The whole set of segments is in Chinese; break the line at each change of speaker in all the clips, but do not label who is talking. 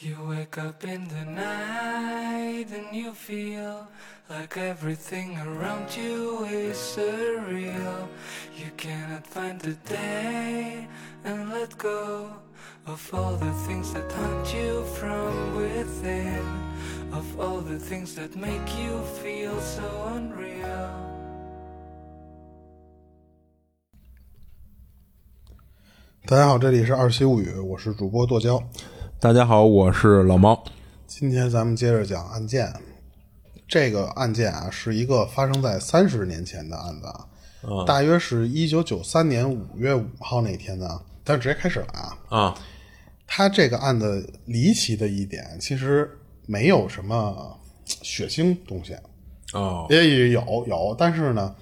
You wake up in the night and you feel like everything around you is surreal. You cannot find the day and let go of all the things that haunt you from within, of all the things that make you feel so unreal.
大家好，这里是二七物语，我是主播剁椒。
大家好，我是老猫。
今天咱们接着讲案件。这个案件啊，是一个发生在三十年前的案子啊，大约是一九九三年五月五号那天呢。咱直接开始了啊。
啊，
他这个案子离奇的一点，其实没有什么血腥东西，
哦，
也也有有，但是呢，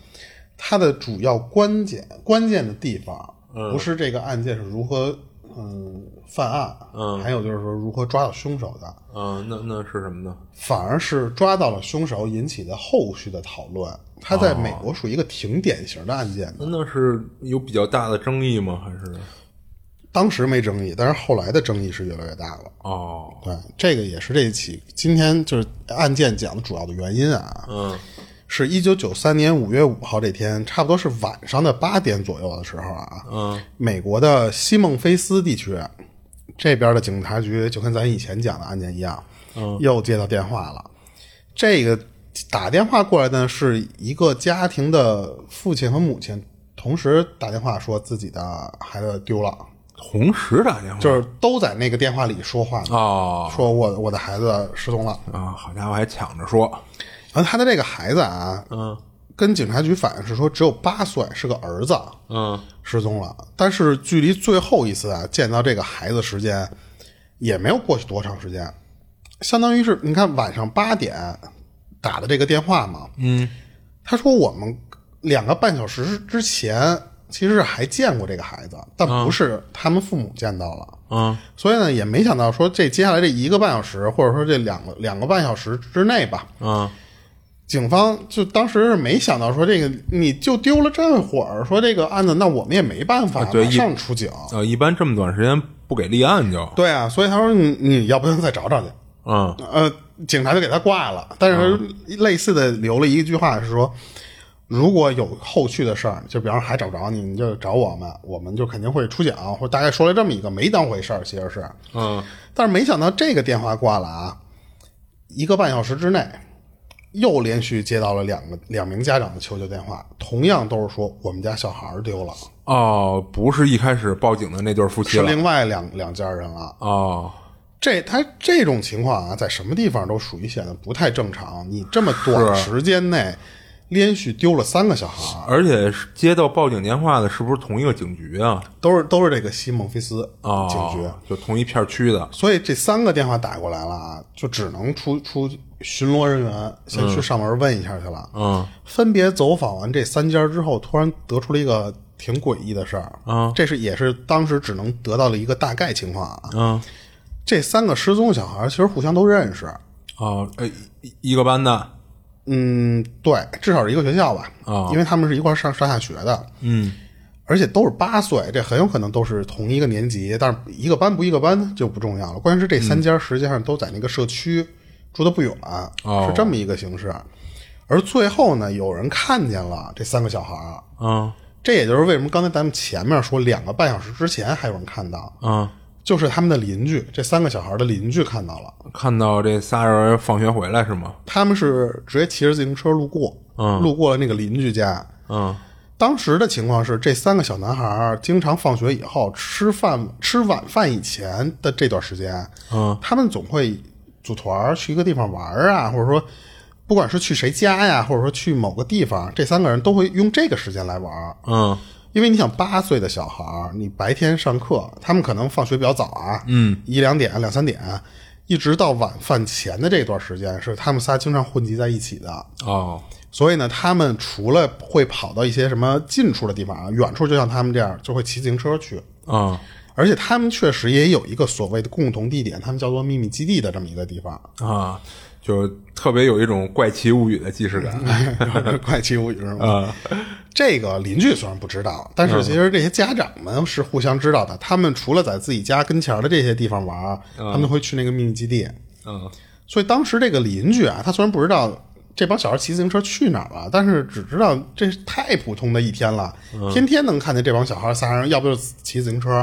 它的主要关键关键的地方，不是这个案件是如何嗯犯案，嗯，还有就是说如何抓到凶手的，
嗯，那那是什么呢？
反而是抓到了凶手引起的后续的讨论。它在美国属于一个挺典型的案件的，
那那是有比较大的争议吗？还是
当时没争议，但是后来的争议是越来越大了。
哦，
对，这个也是这一起今天就是案件讲的主要的原因啊。
嗯，
是一九九三年五月五号这天，差不多是晚上的八点左右的时候啊，嗯，美国的西孟菲斯地区这边的警察局就跟咱以前讲的案件一样，嗯，又接到电话了。这个打电话过来呢，是一个家庭的父亲和母亲同时打电话说自己的孩子丢了，
同时打电话
就是都在那个电话里说话呢。
嗯哦
说我我的孩子失踪了，
啊，好家伙，还抢着说，
然后他的这个孩子啊，
嗯
跟警察局反映是说只有八岁，是个儿子
嗯，
失踪了，但是距离最后一次啊见到这个孩子时间也没有过去多长时间，相当于是你看晚上八点打的这个电话嘛，嗯，他说我们两个半小时之前其实是还见过这个孩子，但不是他们父母见到了，
嗯
所以呢，也没想到说这接下来这一个半小时，或者说这两个两个半小时之内吧，
嗯，
警方就当时是没想到说这个你就丢了这会儿，说这个案子，那我们也没办法，
啊对
马上出警。
呃，一般这么短时间不给立案就，
对啊，所以他说你你要不然再找找去，
嗯
呃，警察就给他挂了，但是类似的留了一句话是说，如果有后续的事儿，就比方说还找不着你，你就找我们，我们就肯定会出警，或者大概说了这么一个没当回事儿，其实是，
嗯，
但是没想到这个电话挂了啊，一个半小时之内，又连续接到了两个两名家长的求救电话，同样都是说我们家小孩儿丢了，
哦，不是一开始报警的那对夫妻
是
了，
另外两两家人了。
哦，
这他这种情况啊，在什么地方都属于显得不太正常。你这么短时间内连续丢了三个小孩儿，
而且是接到报警电话的是不是同一个警局啊？
都是都是这个西孟菲斯
哦，
警局，
就同一片区的，
所以这三个电话打过来了啊，就只能出出巡逻人员先去上门问一下去了。
嗯，
分别走访完这三家之后，突然得出了一个挺诡异的事儿
啊
这是也是当时只能得到了一个大概情况啊。
嗯，
这三个失踪小孩其实互相都认识，
哦，呃，一一个班的，
嗯，对，至少是一个学校吧，
啊
因为他们是一块儿上上下学的，
嗯。
而且都是八岁，这很有可能都是同一个年级，但是一个班不一个班就不重要了。关键是这三家实际上都在那个社区住的不远，
哦
是这么一个形式。而最后呢，有人看见了这三个小孩儿，
嗯
这也就是为什么刚才咱们前面说两个半小时之前还有人看到，
嗯，
就是他们的邻居，这三个小孩的邻居看到了，
看到这仨人放学回来是吗？
他们是直接骑着自行车路过，
嗯
路过了那个邻居家，
嗯
当时的情况是，这三个小男孩儿经常放学以后吃饭、吃晚饭以前的这段时间，
嗯，
他们总会组团儿去一个地方玩儿啊，或者说，不管是去谁家呀，或者说去某个地方，这三个人都会用这个时间来玩儿。
嗯
因为你想，八岁的小孩儿，你白天上课，他们可能放学比较早啊，嗯，一两点、两三点，一直到晚饭前的这段时间，是他们仨经常混集在一起的。
哦
所以呢，他们除了会跑到一些什么近处的地方啊，远处就像他们这样，就会骑自行车去。
嗯
而且他们确实也有一个所谓的共同地点，他们叫做秘密基地的这么一个地方。
啊，就特别有一种怪奇物语的既视感。
怪奇物语是吗？这个邻居虽然不知道，但是其实这些家长们是互相知道的。他们除了在自己家跟前儿的这些地方玩儿，他们会去那个秘密基地。
嗯，
所以当时这个邻居啊，他虽然不知道这帮小孩骑自行车去哪儿了，但是只知道这是太普通的一天了，天天能看见这帮小孩仨人，要不就是骑自行车，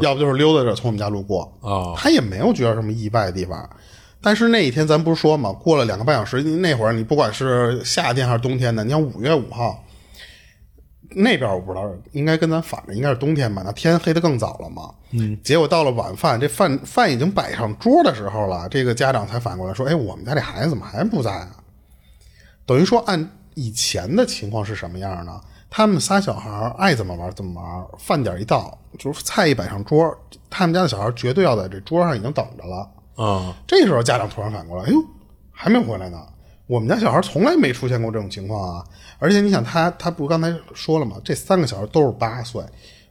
要不就是溜达着从我们家路过。
哦
他也没有觉得什么意外的地方。但是那一天咱不是说嘛，过了两个半小时，那会儿你不管是夏天还是冬天的，你像五月五号。那边我不知道，应该跟咱反着，应该是冬天吧？那天黑的更早了嘛。嗯，结果到了晚饭，这饭饭已经摆上桌的时候了，这个家长才反过来说：“哎，我们家这孩子怎么还不在啊？”等于说，按以前的情况是什么样呢？他们仨小孩儿爱怎么玩怎么玩，饭点一到，就是菜一摆上桌，他们家的小孩绝对要在这桌上已经等着了。
啊
这时候家长突然反过来，哎呦，还没有回来呢。我们家小孩从来没出现过这种情况啊！而且你想他，他不刚才说了吗？这三个小孩都是八岁，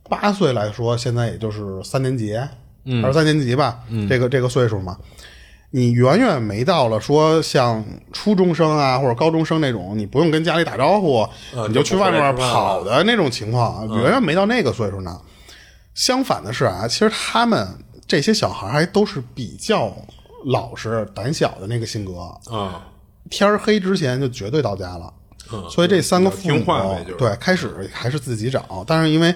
八岁来说，现在也就是三年级，还是三年级吧，这个这个岁数嘛。你远远没到了说像初中生啊或者高中生那种，你不用跟家里打招呼，你就去外面跑的那种情况，啊，远远没到那个岁数呢。相反的是啊，其实他们这些小孩还都是比较老实、胆小的那个性格，
啊，
天儿黑之前就绝对到家了。所以这三个父母
听话呗嗯就是
对开始还是自己找，但是因为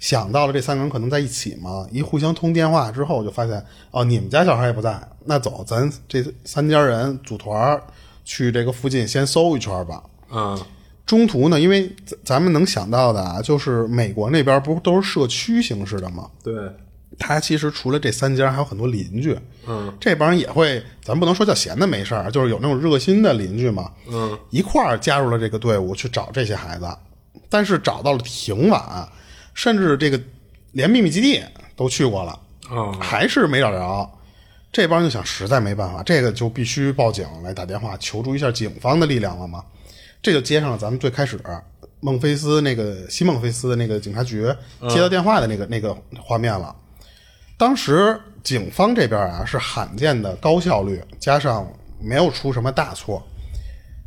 想到了这三个人可能在一起嘛，一互相通电话之后就发现哦，你们家小孩也不在，那走，咱这三家人组团儿去这个附近先搜一圈儿吧。
嗯
中途呢，因为咱咱们能想到的啊，就是美国那边不都是社区形式的吗？
对，
他其实除了这三家，还有很多邻居。嗯，这帮人也会，咱不能说叫闲的没事儿，就是有那种热心的邻居嘛。嗯，一块儿加入了这个队伍去找这些孩子，但是找到了挺晚，甚至这个连秘密基地都去过了，
哦
还是没找着。这帮人就想，实在没办法，这个就必须报警来打电话求助一下警方的力量了嘛。这就接上了咱们最开始孟菲斯那个西孟菲斯的那个警察局接到电话的那个、那个画面了。当时警方这边啊是罕见的高效率，加上没有出什么大错，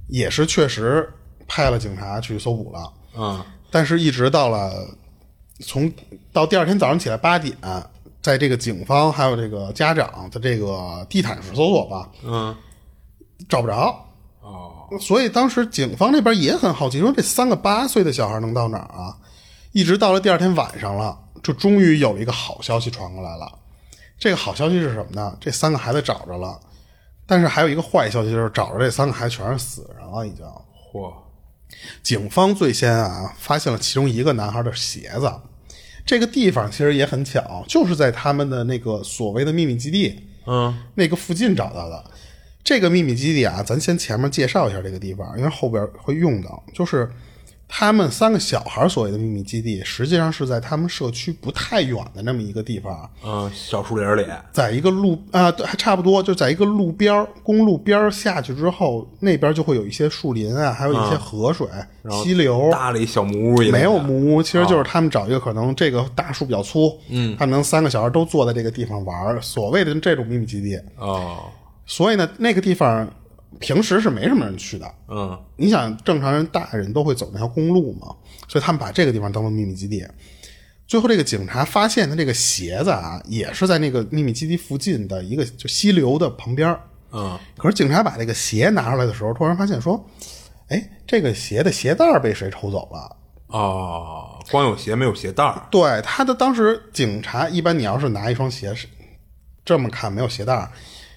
也是确实派了警察去搜捕了。
嗯
但是，一直到了从到第二天早上起来八点，在这个警方还有这个家长的这个地毯式搜索吧，
嗯
找不着。
哦
所以当时警方那边也很好奇，说这三个八岁的小孩能到哪儿啊？一直到了第二天晚上了，就终于有一个好消息传过来了。这个好消息是什么呢？这三个孩子找着了，但是还有一个坏消息，就是找着这三个孩子全是死人了，已经。
嚯
警方最先啊发现了其中一个男孩的鞋子，这个地方其实也很巧，就是在他们的那个所谓的秘密基地
嗯
那个附近找到的。这个秘密基地啊，咱先前面介绍一下这个地方，因为后边会用到。就是他们三个小孩所谓的秘密基地，实际上是在他们社区不太远的那么一个地方，
嗯，小树林里
在一个路啊，对还差不多，就在一个路边儿公路边儿下去之后，那边就会有一些树林啊，还有一些河水、溪流，
搭了一小木屋一类的，哦
没有木屋，其实就是他们找一个可能这个大树比较粗，嗯，他们能三个小孩都坐在这个地方玩儿，所谓的这种秘密基地。
哦
所以呢，那个地方平时是没什么人去的。
嗯
你想，正常人大人都会走那条公路嘛，所以他们把这个地方当做秘密基地。最后，这个警察发现他这个鞋子啊，也是在那个秘密基地附近的一个就溪流的旁边儿
嗯
可是警察把这个鞋拿出来的时候，突然发现说，哎，这个鞋的鞋带儿被谁抽走了？
哦，光有鞋没有鞋带儿
对，他的当时警察一般，你要是拿一双鞋是这么看没有鞋带儿，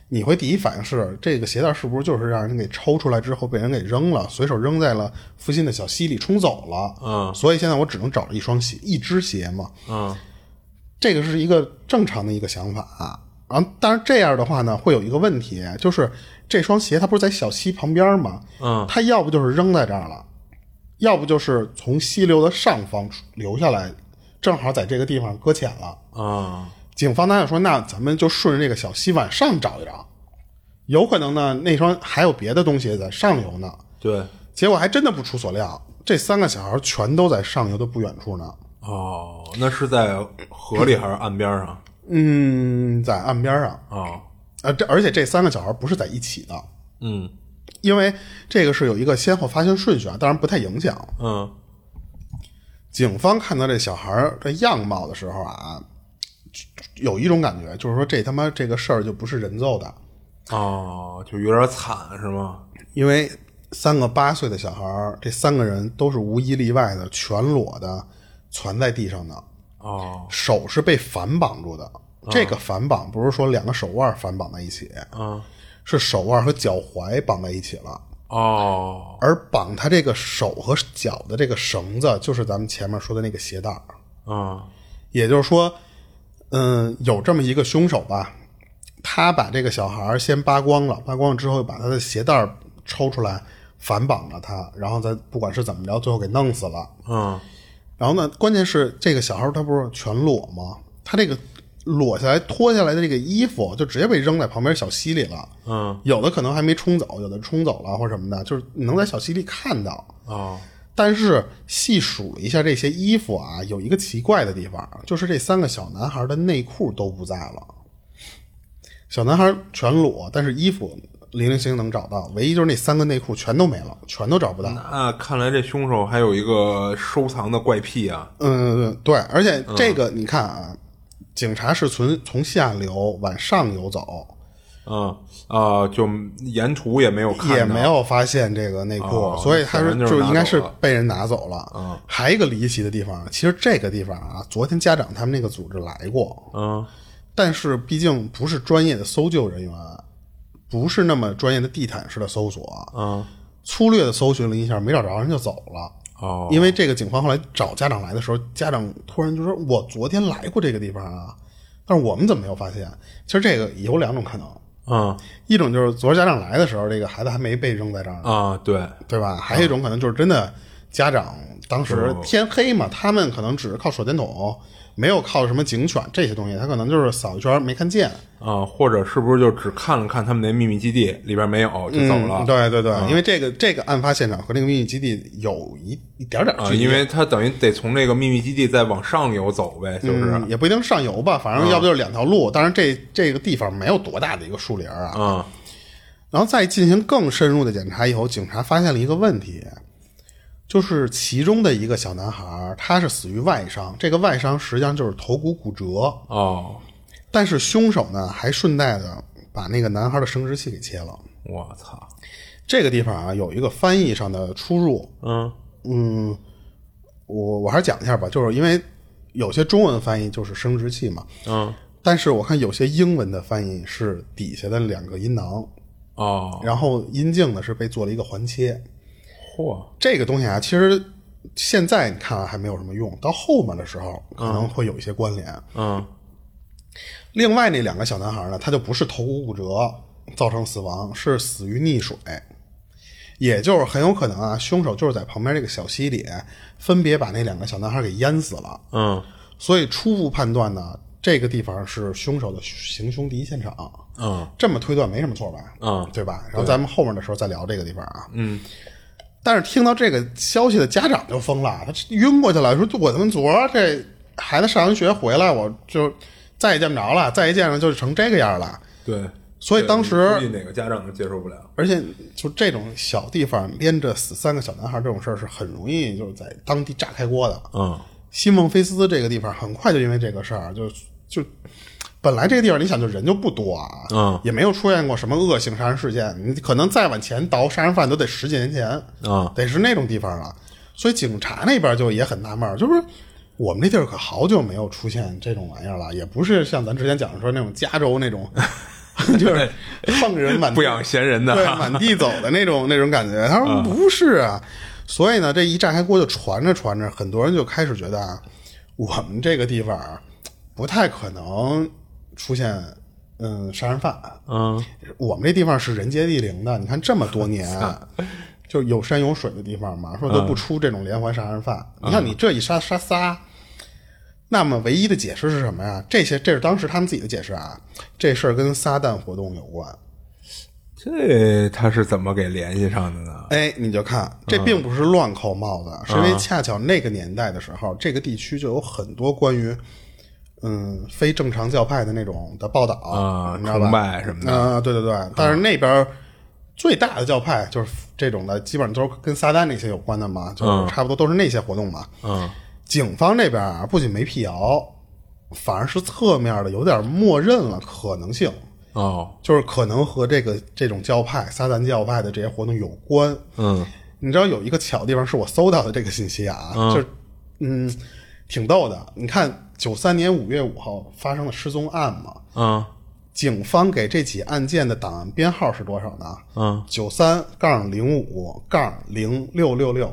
你会第一反应是这个鞋带儿是不是就是让人给抽出来之后被人给扔了，随手扔在了附近的小溪里冲走了。
嗯
所以现在我只能找一双鞋，一只鞋嘛。
嗯
这个是一个正常的一个想法、啊。然后，但是这样的话呢，会有一个问题，就是这双鞋它不是在小溪旁边吗？
嗯，
它要不就是扔在这儿了，要不就是从溪流的上方流下来，正好在这个地方搁浅了。
嗯
警方当时说，那咱们就顺着这个小溪往上找一找，有可能呢，那双还有别的东西在上游呢。
对
结果还真的不出所料，这三个小孩全都在上游的不远处呢。
啊、哦，那是在河里还是岸边上？
嗯，在岸边上，
哦，
呃，这而且这三个小孩不是在一起的，
嗯
因为这个是有一个先后发现顺序啊，当然不太影响。
嗯
警方看到这小孩儿的样貌的时候啊，就有一种感觉，就是说这他妈这个事儿就不是人揍的，
哦，就有点惨是吗？
因为三个八岁的小孩儿，这三个人都是无一例外的全裸的蜷在地上的，
哦，
手是被反绑住的。这个反绑不是说两个手腕反绑在一起，
嗯
是手腕和脚踝绑在一起了。
哦
而绑他这个手和脚的这个绳子，就是咱们前面说的那个鞋带儿。
嗯
也就是说，嗯，有这么一个凶手吧，他把这个小孩儿先扒光了，扒光了之后，把他的鞋带儿抽出来，反绑了他，然后再不管是怎么着，最后给弄死了。
嗯
然后呢，关键是这个小孩儿他不是全裸吗？他这个裸下来脱下来的这个衣服，就直接被扔在旁边小溪里了。
嗯
有的可能还没冲走，有的冲走了或什么的，就是你能在小溪里看到。
哦
但是细数了一下这些衣服啊，有一个奇怪的地方，啊就是这三个小男孩的内裤都不在了。小男孩全裸，但是衣服零零星星能找到，唯一就是那三个内裤全都没了，全都找不到。
那看来这凶手还有一个收藏的怪癖啊。
嗯，对，而且这个你看啊，警察是从从下流往上游走，
嗯啊、就沿途也没有看到，
也没有发现这个内裤，
哦
所以他说
显然就是拿
应该是
走了嗯
被人拿走了。还有一个离奇的地方，其实这个地方啊，昨天家长他们那个组织来过，
嗯
但是毕竟不是专业的搜救人员，啊不是那么专业的地毯式的搜索，啊
嗯
粗略的搜寻了一下，没找着人就走了。
哦
因为这个警方后来找家长来的时候，家长突然就说：“我昨天来过这个地方啊，但是我们怎么没有发现？”其实这个有两种可能，
嗯
一种就是昨儿家长来的时候，这个孩子还没被扔在这儿呢，
啊对
对吧？还有一种可能就是真的家长当时
哦
天黑嘛，他们可能只是靠手电筒，没有靠什么警犬这些东西，他可能就是扫一圈没看见，
啊，或者是不是就只看了看他们那秘密基地里边没有就走了？
嗯对对对，因为这个这个案发现场和那个秘密基地有一一点点
啊，
距离，
因为他等于得从这个秘密基地再往上游走呗，就是、啊
嗯，也不一定是上游吧，反正要不就是两条路。当然这，这个地方没有多大的一个树林啊。
啊
然后再进行更深入的检查以后，警察发现了一个问题，就是其中的一个小男孩，他是死于外伤，这个外伤实际上就是头骨骨折，
哦，
但是凶手呢还顺带的把那个男孩的生殖器给切了。
我操，
这个地方啊有一个翻译上的出入，
嗯
嗯，我我还是讲一下吧，就是因为有些中文翻译就是生殖器嘛，
嗯
但是我看有些英文的翻译是底下的两个阴囊，
哦，
然后阴茎呢是被做了一个环切。
嚯，
这个东西啊，其实现在你看啊还没有什么用，到后面的时候可能会有一些关联。
嗯
另外那两个小男孩呢，他就不是头骨骨折造成死亡，是死于溺水。也就是很有可能啊，凶手就是在旁边这个小溪里，分别把那两个小男孩给淹死了。
嗯
所以初步判断呢，这个地方是凶手的行凶第一现场。
嗯
这么推断没什么错吧？
嗯
对吧？然后咱们后面的时候再聊这个地方啊。
嗯，
但是听到这个消息的家长就疯了，他晕过去了，说我他妈昨儿这孩子上完学回来，我就再也见不着了，再一见着就成这个样了。
对，
所以当时
估计哪个家长都接受不了，
而且就这种小地方连着死三个小男孩这种事儿是很容易就是在当地炸开锅的。啊
嗯
西孟菲斯这个地方很快就因为这个事儿就就。本来这个地方，你想就人就不多啊，
嗯
也没有出现过什么恶性杀人事件。你可能再往前倒，杀人犯都得十几年前，
嗯
得是那种地方了。所以警察那边就也很纳闷儿，就是我们这地儿可好久没有出现这种玩意儿了，也不是像咱之前讲的说那种加州那种， 就是碰人满地
不养闲人的
对，满地走的那种那种感觉。他说不是啊，所以呢，这一炸开锅就传着传着，很多人就开始觉得啊，我们这个地方儿不太可能出现嗯杀人犯。
嗯
我们这地方是人杰地灵的，你看这么多年，啊 就有山有水的地方嘛，说都
嗯
不出这种连环杀人犯。你看你这一杀杀仨，那么唯一的解释是什么呀？这些这是当时他们自己的解释啊，这事儿跟撒旦活动有关。
这他是怎么给联系上的呢？
哎，你就看，这
嗯
并不是乱扣帽子，是因为恰巧那个年代的时候，这个地区就有很多关于嗯非正常教派的那种的报道
啊
你知道吧？
崇拜什么的嗯
啊、对对对。但是那边最大的教派就是这种的，基本上都是跟撒旦那些有关的嘛，就是差不多都是那些活动嘛。
嗯，
警方这边啊，不仅没辟谣，反而是侧面的有点默认了可能性。
哦，
就是可能和这个这种教派撒旦教派的这些活动有关。
嗯，
你知道有一个巧地方是我搜到的这个信息啊，就是嗯，挺逗的。你看九三年五月五号发生的失踪案嘛，
嗯
警方给这起案件的档案编号是多少呢？
嗯，
九三杠零五杠零六六六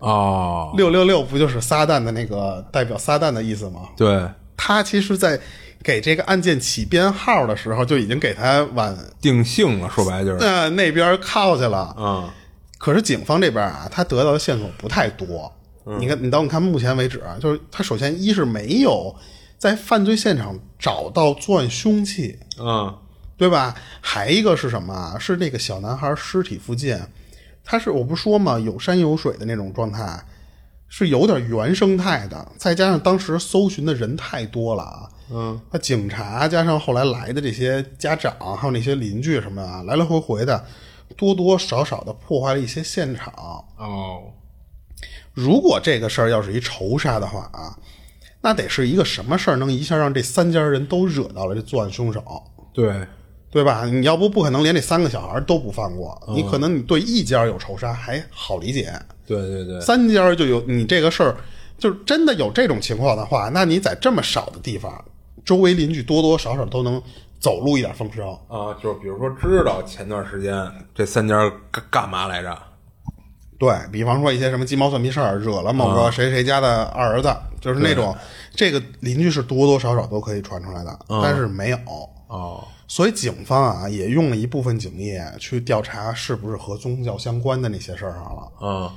哦，
六六六，不就是撒旦的那个代表撒旦的意思吗？
对，
他其实，在给这个案件起编号的时候，就已经给他往
定性了，说白就是，
那那边靠去了。
嗯
可是警方这边啊，他得到的线索不太多。你看，你当你看目前为止啊，就是他首先一是没有在犯罪现场找到作案凶器，
嗯
对吧？还一个是什么啊？是那个小男孩尸体附近，他是我不说嘛，有山有水的那种状态，是有点原生态的。再加上当时搜寻的人太多了啊，嗯，那警察加上后来来的这些家长，还有那些邻居什么啊，来来回回的，多多少少的破坏了一些现场。
哦，
如果这个事儿要是一仇杀的话啊，那得是一个什么事儿能一下让这三家人都惹到了这作案凶手？
对，
对吧？你要不不可能连这三个小孩都不放过，你可能你对一家有仇杀还好理解，
对对对，
三家就有你这个事儿，就是真的有这种情况的话，那你在这么少的地方，周围邻居多多少少都能走路一点风声。
啊，就是比如说知道前段时间这三家干干嘛来着？
对比方说一些什么鸡毛蒜皮事儿，惹了某个谁谁家的二儿子，就是那种这个邻居是多多少少都可以传出来的，但是没有。
哦，
所以警方啊也用了一部分警力去调查是不是和宗教相关的那些事儿上了。
嗯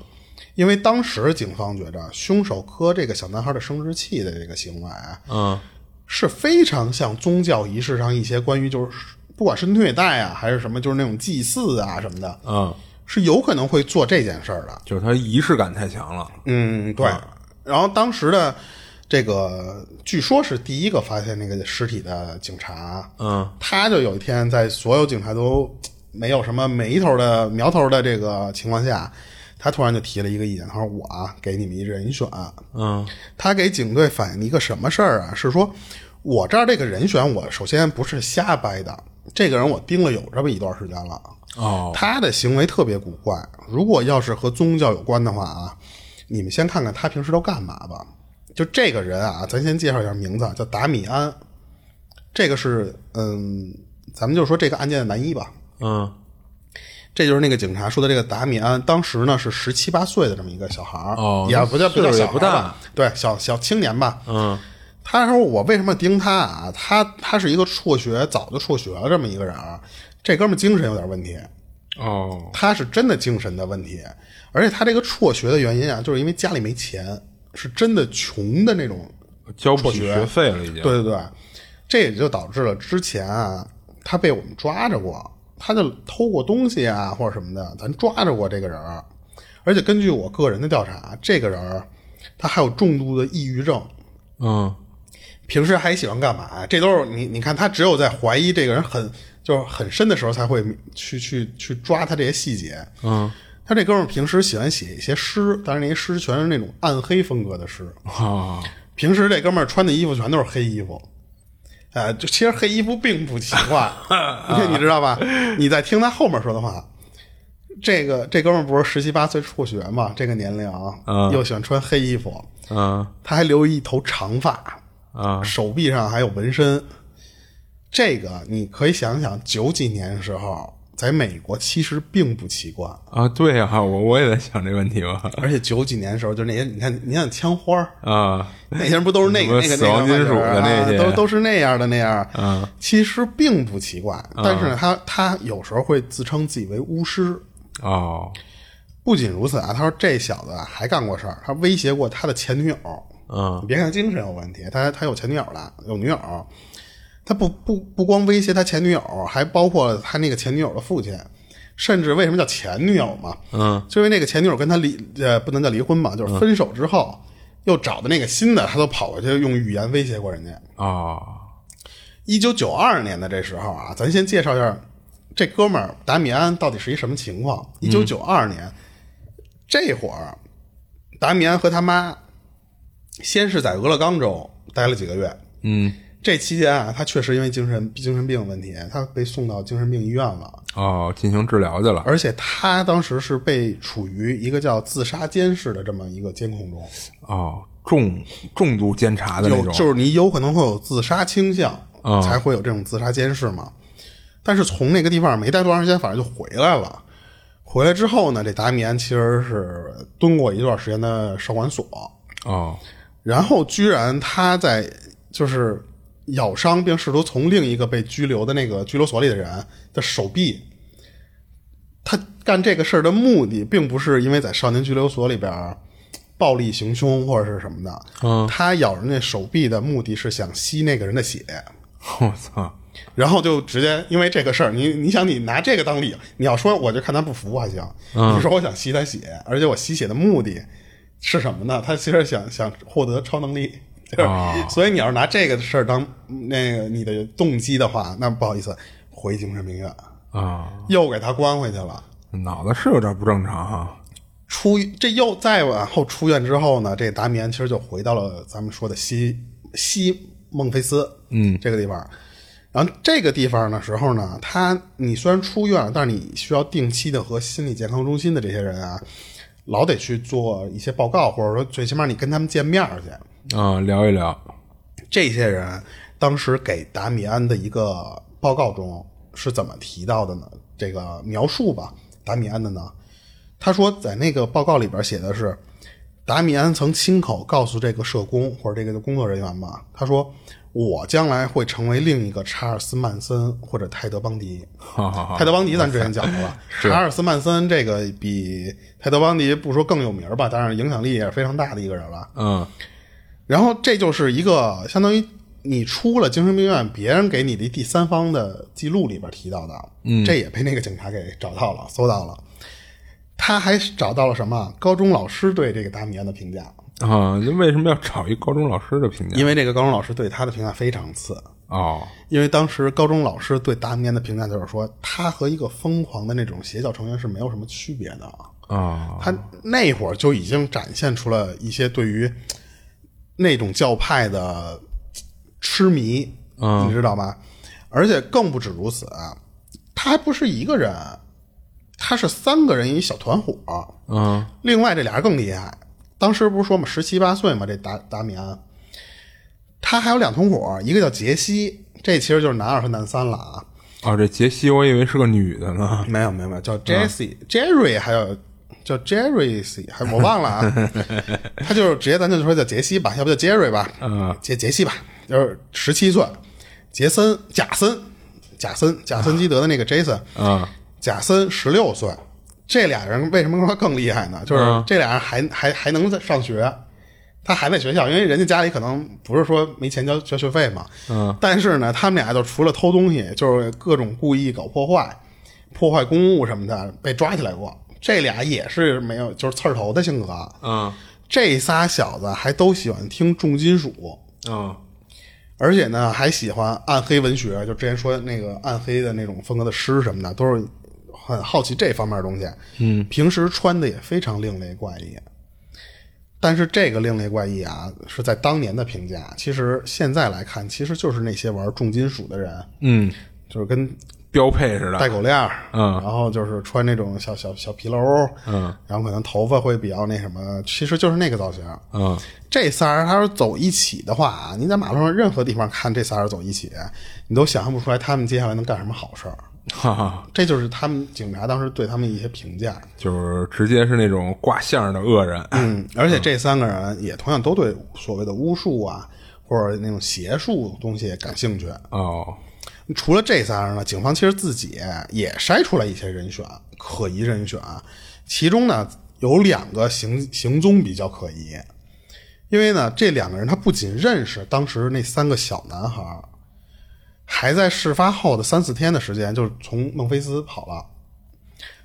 因为当时警方觉着凶手磕这个小男孩的生殖器的这个行为啊，
嗯
是非常像宗教仪式上一些关于就是不管是虐待啊还是什么，就是那种祭祀啊什么的，
嗯，
是有可能会做这件事儿的。
就是他仪式感太强了。
嗯，对。然后当时的这个据说是第一个发现那个尸体的警察，
嗯
他就有一天在所有警察都没有什么眉头的苗头的这个情况下，他突然就提了一个意见，他说：“我啊，给你们一人选。”
嗯
他给警队反映一个什么事儿啊？是说我这儿这个人选，我首先不是瞎掰的，这个人我盯了有这么一段时间了。
哦
他的行为特别古怪，如果要是和宗教有关的话啊，你们先看看他平时都干嘛吧。就这个人啊，咱先介绍一下名字啊，叫达米安。这个是嗯，咱们就说这个案件的男一吧。
嗯
这就是那个警察说的这个达米安，当时呢是十七八岁的这么一个小孩儿，
哦
也不叫不叫
岁数
小
也
孩
不
儿吧
大，
对，小小青年吧。
嗯
他说：“我为什么盯他啊？他他是一个辍学，早就辍学了这么一个人儿，这哥们儿精神有点问题，
哦
他是真的精神的问题。而且他这个辍学的原因啊，就是因为家里没钱，是真的穷的那种。
交不起
辍学
学费了已经。
对对对，这也就导致了之前啊，他被我们抓着过，他就偷过东西啊或者什么的，咱抓着过这个人儿。而且根据我个人的调查，这个人儿他还有重度的抑郁症。”
嗯
平时还喜欢干嘛？这都是你你看，他只有在怀疑这个人很就是很深的时候，才会去去去抓他这些细节。
嗯
他这哥们儿平时喜欢写一些诗，但是那些诗全是那种暗黑风格的诗。
啊
平时这哥们儿穿的衣服全都是黑衣服，呃，就其实黑衣服并不奇 怪，你知道吧？你在听他后面说的话，这个这哥们儿不是十七八岁辍学嘛，这个年龄啊，
嗯
又喜欢穿黑衣服，
嗯
他还留一头长发，
啊
手臂上还有纹身。这个你可以想想，九几年的时候，在美国其实并不奇怪，
啊！对呀、我我也在想这问题嘛。
而且九几年的时候，就那些你看，你看枪花 儿
啊
那些人不都是那个那个
什么死亡金属
那
的那
个
些
啊都都是那样的那样。
嗯，
其实并不奇怪，
啊
但是呢，他他有时候会自称自己为巫师。
哦
不仅如此啊，他说这小子啊还干过事儿，他威胁过他的前女友。
嗯
你别看精神有问题，他他有前女友了，有女友。他不不不光威胁他前女友，还包括他那个前女友的父亲，甚至为什么叫前女友嘛？
嗯，
就因为那个前女友跟他离呃不能叫离婚吧，就是分手之后、
嗯
又找的那个新的，他都跑过去用语言威胁过人家。
啊，
一九九二年的这时候啊，咱先介绍一下这哥们儿达米安到底是一什么情况。一九九二年、这会儿，啊达米安和他妈先是在俄勒冈州待了几个月。
嗯
这期间啊，他确实因为精神精神病问题，他被送到精神病医院了。
哦，进行治疗去了。
而且他当时是被处于一个叫自杀监视的这么一个监控中，
哦，重重度监察的那
有
种。
就是你有可能会有自杀倾向，
啊
才会有这种自杀监视嘛。但是从那个地方没待多长时间，反正就回来了。回来之后呢，这达米安其实是蹲过一段时间的少管所，
哦
然后居然他在就是咬伤并试图从另一个被拘留的那个拘留所里的人的手臂。他干这个事儿的目的，并不是因为在少年拘留所里边儿暴力行凶或者是什么的，
嗯
他咬人家手臂的目的是想吸那个人的血，
我操！
然后就直接因为这个事儿，你你想你拿这个当理由，你要说我就看他不服还啊行，你说我想吸他血，而且我吸血的目的是什么呢？他其实想想获得超能力， 就是
哦
所以你要是拿这个事儿当那个你的动机的话，那不好意思，回精神病院
啊，
又给他关回去了。
脑子是有点不正常哈。
出这又再往后出院之后呢，这达米安其实就回到了咱们说的西西孟菲斯，嗯，这个地方。然后这个地方的时候呢，他你虽然出院了，但是你需要定期的和心理健康中心的这些人啊，老得去做一些报告，或者说最起码你跟他们见面儿去。
啊，聊一聊。
这些人当时给达米安的一个报告中是怎么提到的呢？这个描述吧，达米安的呢，他说在那个报告里边写的是，达米安曾亲口告诉这个社工或者这个工作人员吧，他说我将来会成为另一个查尔斯曼森或者泰德邦迪。
好好好
泰。德邦迪咱之前讲过了，查尔斯曼森这个比泰德邦迪不说更有名儿吧，但是影响力也是非常大的一个人了。
嗯
然后这就是一个相当于你出了精神病院，别人给你的第三方的记录里边提到的，嗯，这也被那个警察给找到了，搜到了。他还找到了什么？高中老师对这个达米安的评价，
啊，那为什么要找一高中老师的评价？
因为这个高中老师对他的评价非常次。
哦
因为当时高中老师对达米安的评价就是说，他和一个疯狂的那种邪教成员是没有什么区别的。
啊
他那会儿就已经展现出了一些对于那种教派的痴迷，你知道吗？而且更不止如此，啊他还不是一个人，他是三个人一小团伙。
嗯
另外这俩人更厉害，当时不是说嘛，十七八岁嘛，这达达米安，他还有两同伙，一个叫杰西，这其实就是男二和男三了啊。
哦，这杰西我以为是个女的呢。
没有没有没有，叫 Jesse、Jerry，还有叫 Jerry，还我忘了 啊，他就是直接咱就说叫杰西吧，要不叫 Jerry 吧，
嗯
杰杰西吧，就是十七岁，杰森贾森贾森贾森基德的那个 Jason，、
嗯
贾森十六岁，这俩人为什么说更厉害呢？就是
嗯
这俩人还还还能在上学，他还在学校，因为人家家里可能不是说没钱交交学费嘛。
嗯，
但是呢，他们俩就除了偷东西，就是各种故意搞破坏、破坏公物什么的，被抓起来过。这俩也是没有，就是刺儿头的性格。
嗯
这仨小子还都喜欢听重金属，
嗯
而且呢，还喜欢暗黑文学，就之前说那个暗黑的那种风格的诗什么的，都是很好奇这方面的东西。嗯，平时穿的也非常另类怪异。但是这个另类怪异啊，是在当年的评价，其实现在来看，其实就是那些玩重金属的人，
嗯，
就是跟
标配似
戴
的。
狗链儿，
嗯
然后就是穿那种小小小皮褛，
嗯，
然后可能头发会比较那什么，其实就是那个造型。
嗯
这仨人他是走一起的话啊，你在马路上任何地方看这仨人走一起，你都想象不出来他们接下来能干什么好事儿。
哈哈，
这就是他们警察当时对他们一些评价。
就是直接是那种挂相的恶人。
嗯，而且这三个人也同样都对所谓的巫术啊，或者那种邪术东西感兴趣。
哦
除了这仨人呢，警方其实自己也筛出来一些人选，可疑人选，啊其中呢有两个行行踪比较可疑，因为呢这两个人他不仅认识当时那三个小男孩儿，还在事发后的三四天的时间，就从孟菲斯跑了。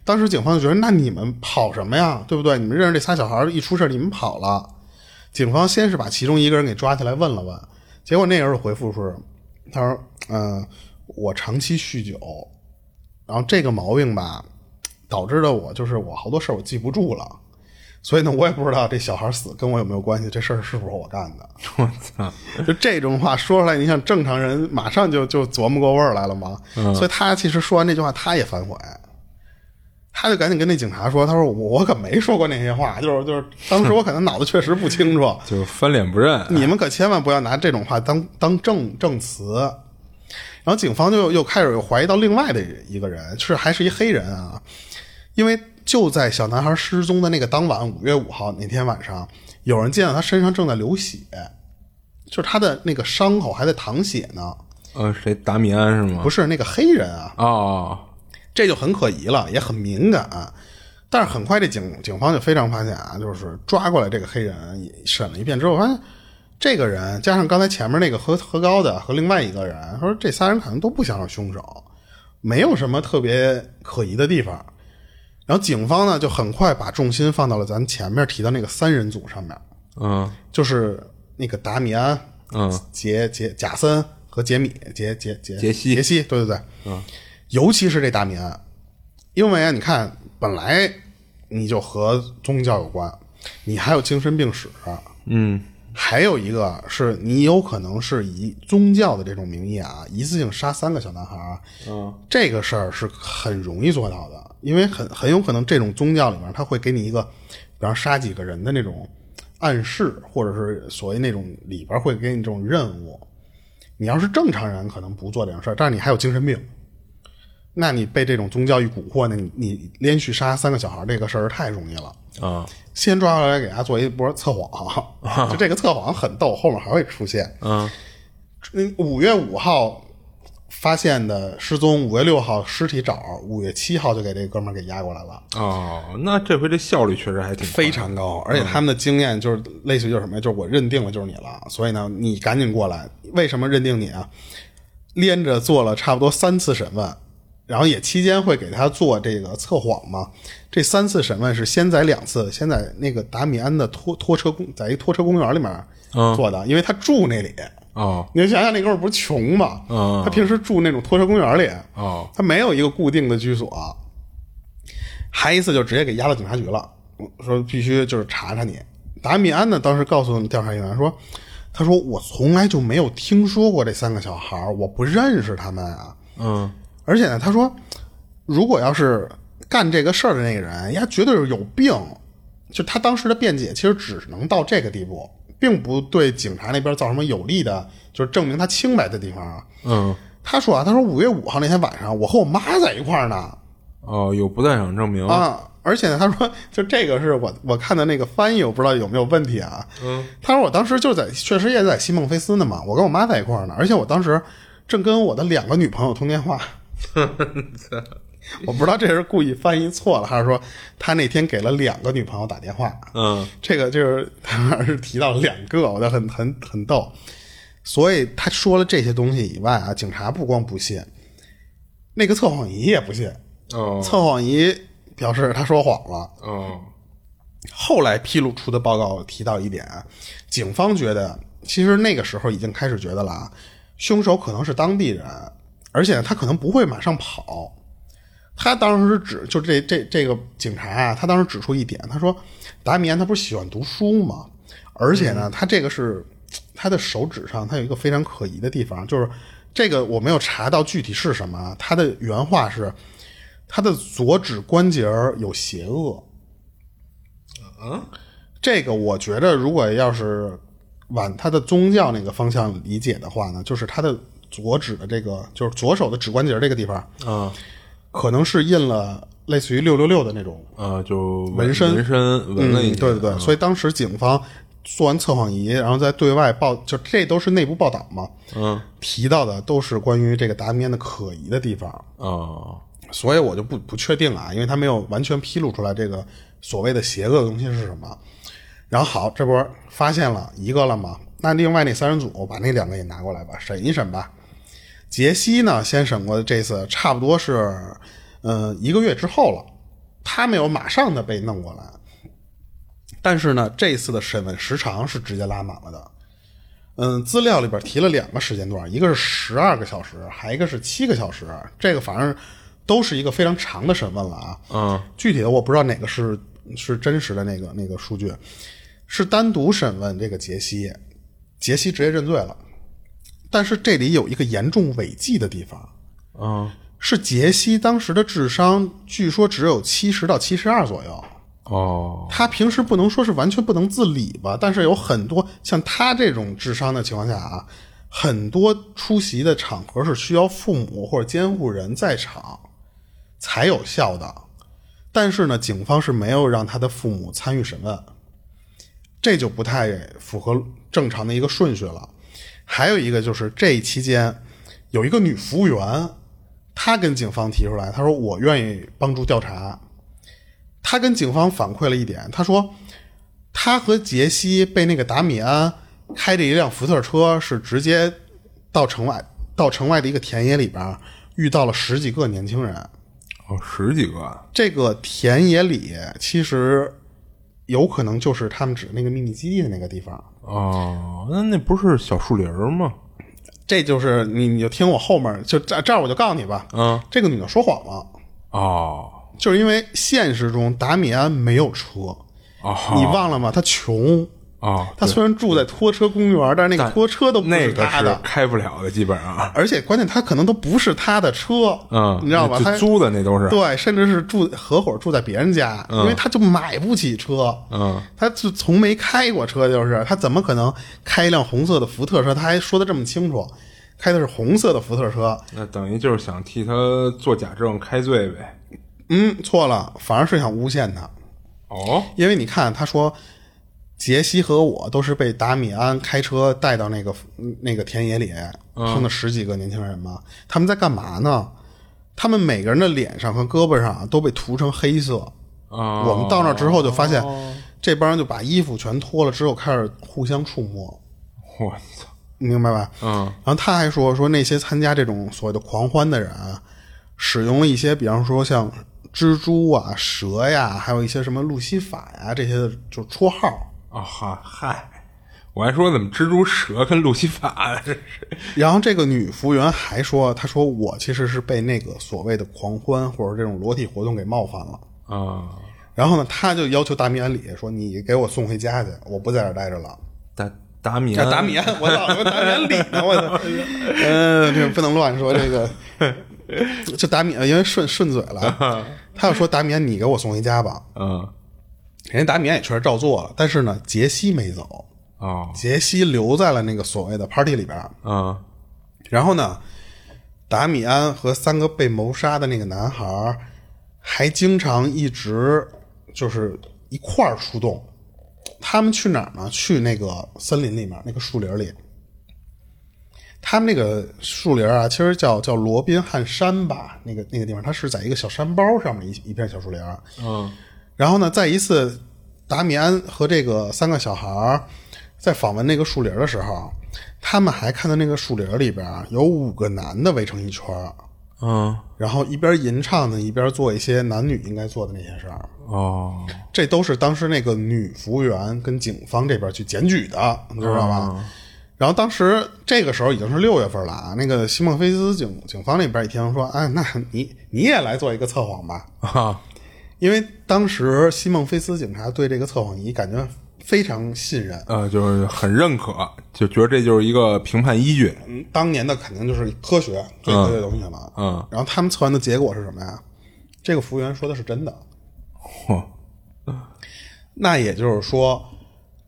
当时警方就觉得，那你们跑什么呀？对不对？你们认识这仨小孩儿一出事儿，你们跑了。警方先是把其中一个人给抓起来问了问，结果那人的回复是，他说：“嗯、我长期酗酒，然后这个毛病吧，导致的我就是我好多事儿我记不住了，所以呢，我也不知道这小孩死跟我有没有关系，这事儿是不是我干的。”
我操，
就这种话说出来，你想正常人马上就就琢磨过味儿来了嘛。
嗯
所以他其实说完这句话，他也反悔，他就赶紧跟那警察说：“他说我我可没说过那些话，就是就是当时我可能脑子确实不清楚，
就是翻脸不认。
你们可千万不要拿这种话当当证证词。”然后警方就又又开始怀疑到另外的一个人，是还是一黑人啊，因为就在小男孩失踪的那个当晚，五月五号那天晚上，有人见到他身上正在流血，就是他的那个伤口还在淌血呢。
呃，谁达米安是吗？
不
是
是那个黑人啊，
哦，
这就很可疑了，也很敏感。但是很快这警警方就非常发现啊，就是抓过来这个黑人也审了一遍之后，发现这个人加上刚才前面那个喝喝高的和另外一个人，他说这仨人可能都不像是凶手，没有什么特别可疑的地方。然后警方呢就很快把重心放到了咱前面提到那个三人组上面，
嗯
就是那个达米安、
嗯，
杰杰贾森和杰米杰杰杰
杰西
杰西，对对对，嗯，尤其是这大米安，因为啊，你看本来你就和宗教有关，你还有精神病史，啊
嗯，
还有一个是你有可能是以宗教的这种名义啊，一次性杀三个小男孩儿，嗯，这个事儿是很容易做到的，因为很很有可能这种宗教里面他会给你一个，比方杀几个人的那种暗示，或者是所谓那种里边会给你这种任务。你要是正常人，可能不做这种事儿，但是你还有精神病，那你被这种宗教一蛊惑呢，你你连续杀三个小孩儿这个事儿太容易了。
啊，
先抓回来给他做一波测谎，就这个测谎很逗，后面还会出现。
嗯，
嗯，五月五号发现的失踪，五月六号尸体找，五月七号就给这哥们儿给押过来了，
哦，那这回这效率确实还挺
非常高。而且他们的经验就是类似于就是什么呀？就是我认定了就是你了，所以呢，你赶紧过来。为什么认定你啊？连着做了差不多三次审问，然后也期间会给他做这个测谎嘛。这三次审问是先在两次，先在那个达米安的拖拖车公，在一拖车公园里面做的，因为他住那里。
哦
你就想想那哥们儿不是穷嘛，
嗯
他平时住那种拖车公园里，
哦
他没有一个固定的居所。还一次就直接给押到警察局了，说必须就是查查你。达米安呢，当时告诉调查员说，他说我从来就没有听说过这三个小孩儿，我不认识他们啊。
嗯
而且呢，他说，如果要是干这个事儿的那个人，呀，绝对是有病。就他当时的辩解，其实只能到这个地步，并不对警察那边造成什么有利的，就是证明他清白的地方啊。
嗯
他说啊，他说五月五号那天晚上，我和我妈在一块儿呢，
哦，有不在场证明
啊，而且他说，就这个是我我看的那个翻译，我不知道有没有问题啊。嗯，他说我当时就在，确实也在西孟菲斯呢嘛，我跟我妈在一块儿呢，而且我当时正跟我的两个女朋友通电话。我不知道这是故意翻译错了，还是说他那天给了两个女朋友打电话。
嗯
这个就是他还是提到了两个，我觉得很很很逗。所以他说了这些东西以外啊，警察不光不信，那个测谎仪也不信。
哦
测谎仪表示他说谎了。
哦
后来披露出的报告提到一点，啊警方觉得其实那个时候已经开始觉得了啊，凶手可能是当地人，而且他可能不会马上跑。他当时指就这这这个警察啊，他当时指出一点，他说达米安他不是喜欢读书吗？而且呢，他这个是他的手指上，他有一个非常可疑的地方，就是这个我没有查到具体是什么啊。他的原话是他的左指关节儿有邪恶。这个我觉得，如果要是往他的宗教那个方向理解的话呢，就是他的左指的这个，就是左手的指关节这个地方，
啊
可能是印了类似于六六六的那种
啊，就
纹身
纹身纹了一
嗯
下，
对对对，所以当时警方做完测谎仪，然后在对外报，就这都是内部报道嘛，
嗯
提到的都是关于这个达米安的可疑的地方，
哦
所以我就不不确定啊，因为他没有完全披露出来这个所谓的邪恶的东西是什么。然后好，这波发现了一个了嘛，那另外那三人组把那两个也拿过来吧，审一审吧。杰西呢，先审过这次，差不多是嗯、呃一个月之后了，他没有马上的被弄过来，但是呢，这次的审问时长是直接拉满了的。嗯，资料里边提了两个时间段，一个是十二个小时，还一个是七个小时。这个反正都是一个非常长的审问了啊。
嗯，
具体的我不知道哪个是是真实的那个那个数据，是单独审问这个杰西，杰西直接认罪了。但是这里有一个严重违纪的地方，
嗯，
是杰西当时的智商据说只有七十到七十二左右。
哦，
他平时不能说是完全不能自理吧，但是有很多像他这种智商的情况下啊，很多出席的场合是需要父母或者监护人在场才有效的。但是呢，警方是没有让他的父母参与审问，这就不太符合正常的一个顺序了。还有一个就是这期间有一个女服务员，她跟警方提出来，她说我愿意帮助调查，他跟警方反馈了一点，他说他和杰西被那个达米安开着一辆福特车，是直接到城外到城外的一个田野里边儿遇到了十几个年轻人。
哦，十几个啊，
这个田野里其实有可能就是他们指那个秘密基地的那个地方。
哦，那那不是小树林儿吗？
这就是你，你就听我后面儿就这这儿我就告诉你吧。
嗯，
这个女的说谎了，
哦，
就是因为现实中达米安没有车，
哦，
你忘了吗？他穷。
哦，
他
对
虽然住在拖车公园，但是那个
但
拖车都不
那个
他的
是，开不了的，基本上，
而且关键他可能都不是他的车，
嗯，
你知道吧？
就
他
租的那都是，
对，甚至是住合伙住在别人家，因为他就买不起车，
嗯，
他就从没开过车，就是他怎么可能开一辆红色的福特车？他还说的这么清楚，开的是红色的福特车，
那等于就是想替他做假证开罪呗。
嗯，错了，反而是想诬陷他，
哦，
因为你看他说。杰西和我都是被达米安开车带到那个那个田野里，碰了十几个年轻人嘛。他们在干嘛呢？他们每个人的脸上和胳膊上啊都被涂成黑色，
啊，
我们到那之后就发现，这帮人就把衣服全脱了之后，开始互相触摸，
我操，
你明白吧？
嗯，
然后他还说说那些参加这种所谓的狂欢的人啊，使用了一些比方说像蜘蛛啊、蛇呀、还有一些什么路西法呀、这些的就绰号。
啊哈嗨，我还说怎么蜘蛛蛇跟路西法，这是
然后这个女服务员还说，她说我其实是被那个所谓的狂欢或者这种裸体活动给冒犯了。
啊，
然后呢，她就要求达米安里说：“你给我送回家去，我不在这儿待着了。”
达达米
啊，
安，
达米安，我操，我达米安里呢，我操， 嗯，这不能乱说这个。就达米，安，呃因为顺顺嘴 了，他要说达米安，你给我送回家吧。
嗯，
人家达米安也确实照做了，但是呢，杰西没走，
哦，
杰西留在了那个所谓的 party 里边。
嗯，
然后呢，达米安和三个被谋杀的那个男孩儿还经常一直就是一块儿出动。他们去哪儿呢？去那个森林里面，那个树林里。他们那个树林啊，其实叫叫罗宾汉山吧，那个那个地方，它是在一个小山包上面一一片小树林。啊
嗯，
然后呢，在一次达米安和这个三个小孩儿在访问那个树林的时候，他们还看到那个树林里边儿有五个男的围成一圈儿，
嗯，
然后一边吟唱呢，一边做一些男女应该做的那些事儿。
哦，
这都是当时那个女服务员跟警方这边去检举的，你知道吧？然后当时这个时候已经是六月份了啊，那个西蒙菲斯警警方那边一听说，哎，那你你也来做一个测谎吧，
啊，
因为当时西蒙菲斯警察对这个测谎仪感觉非常信任，
呃，就是很认可，就觉得这就是一个评判依据。
嗯，当年的肯定就是科学最科学的东西了，
嗯，
然后他们测完的结果是什么呀？这个服务员说的是真的，
嚯，
那也就是说，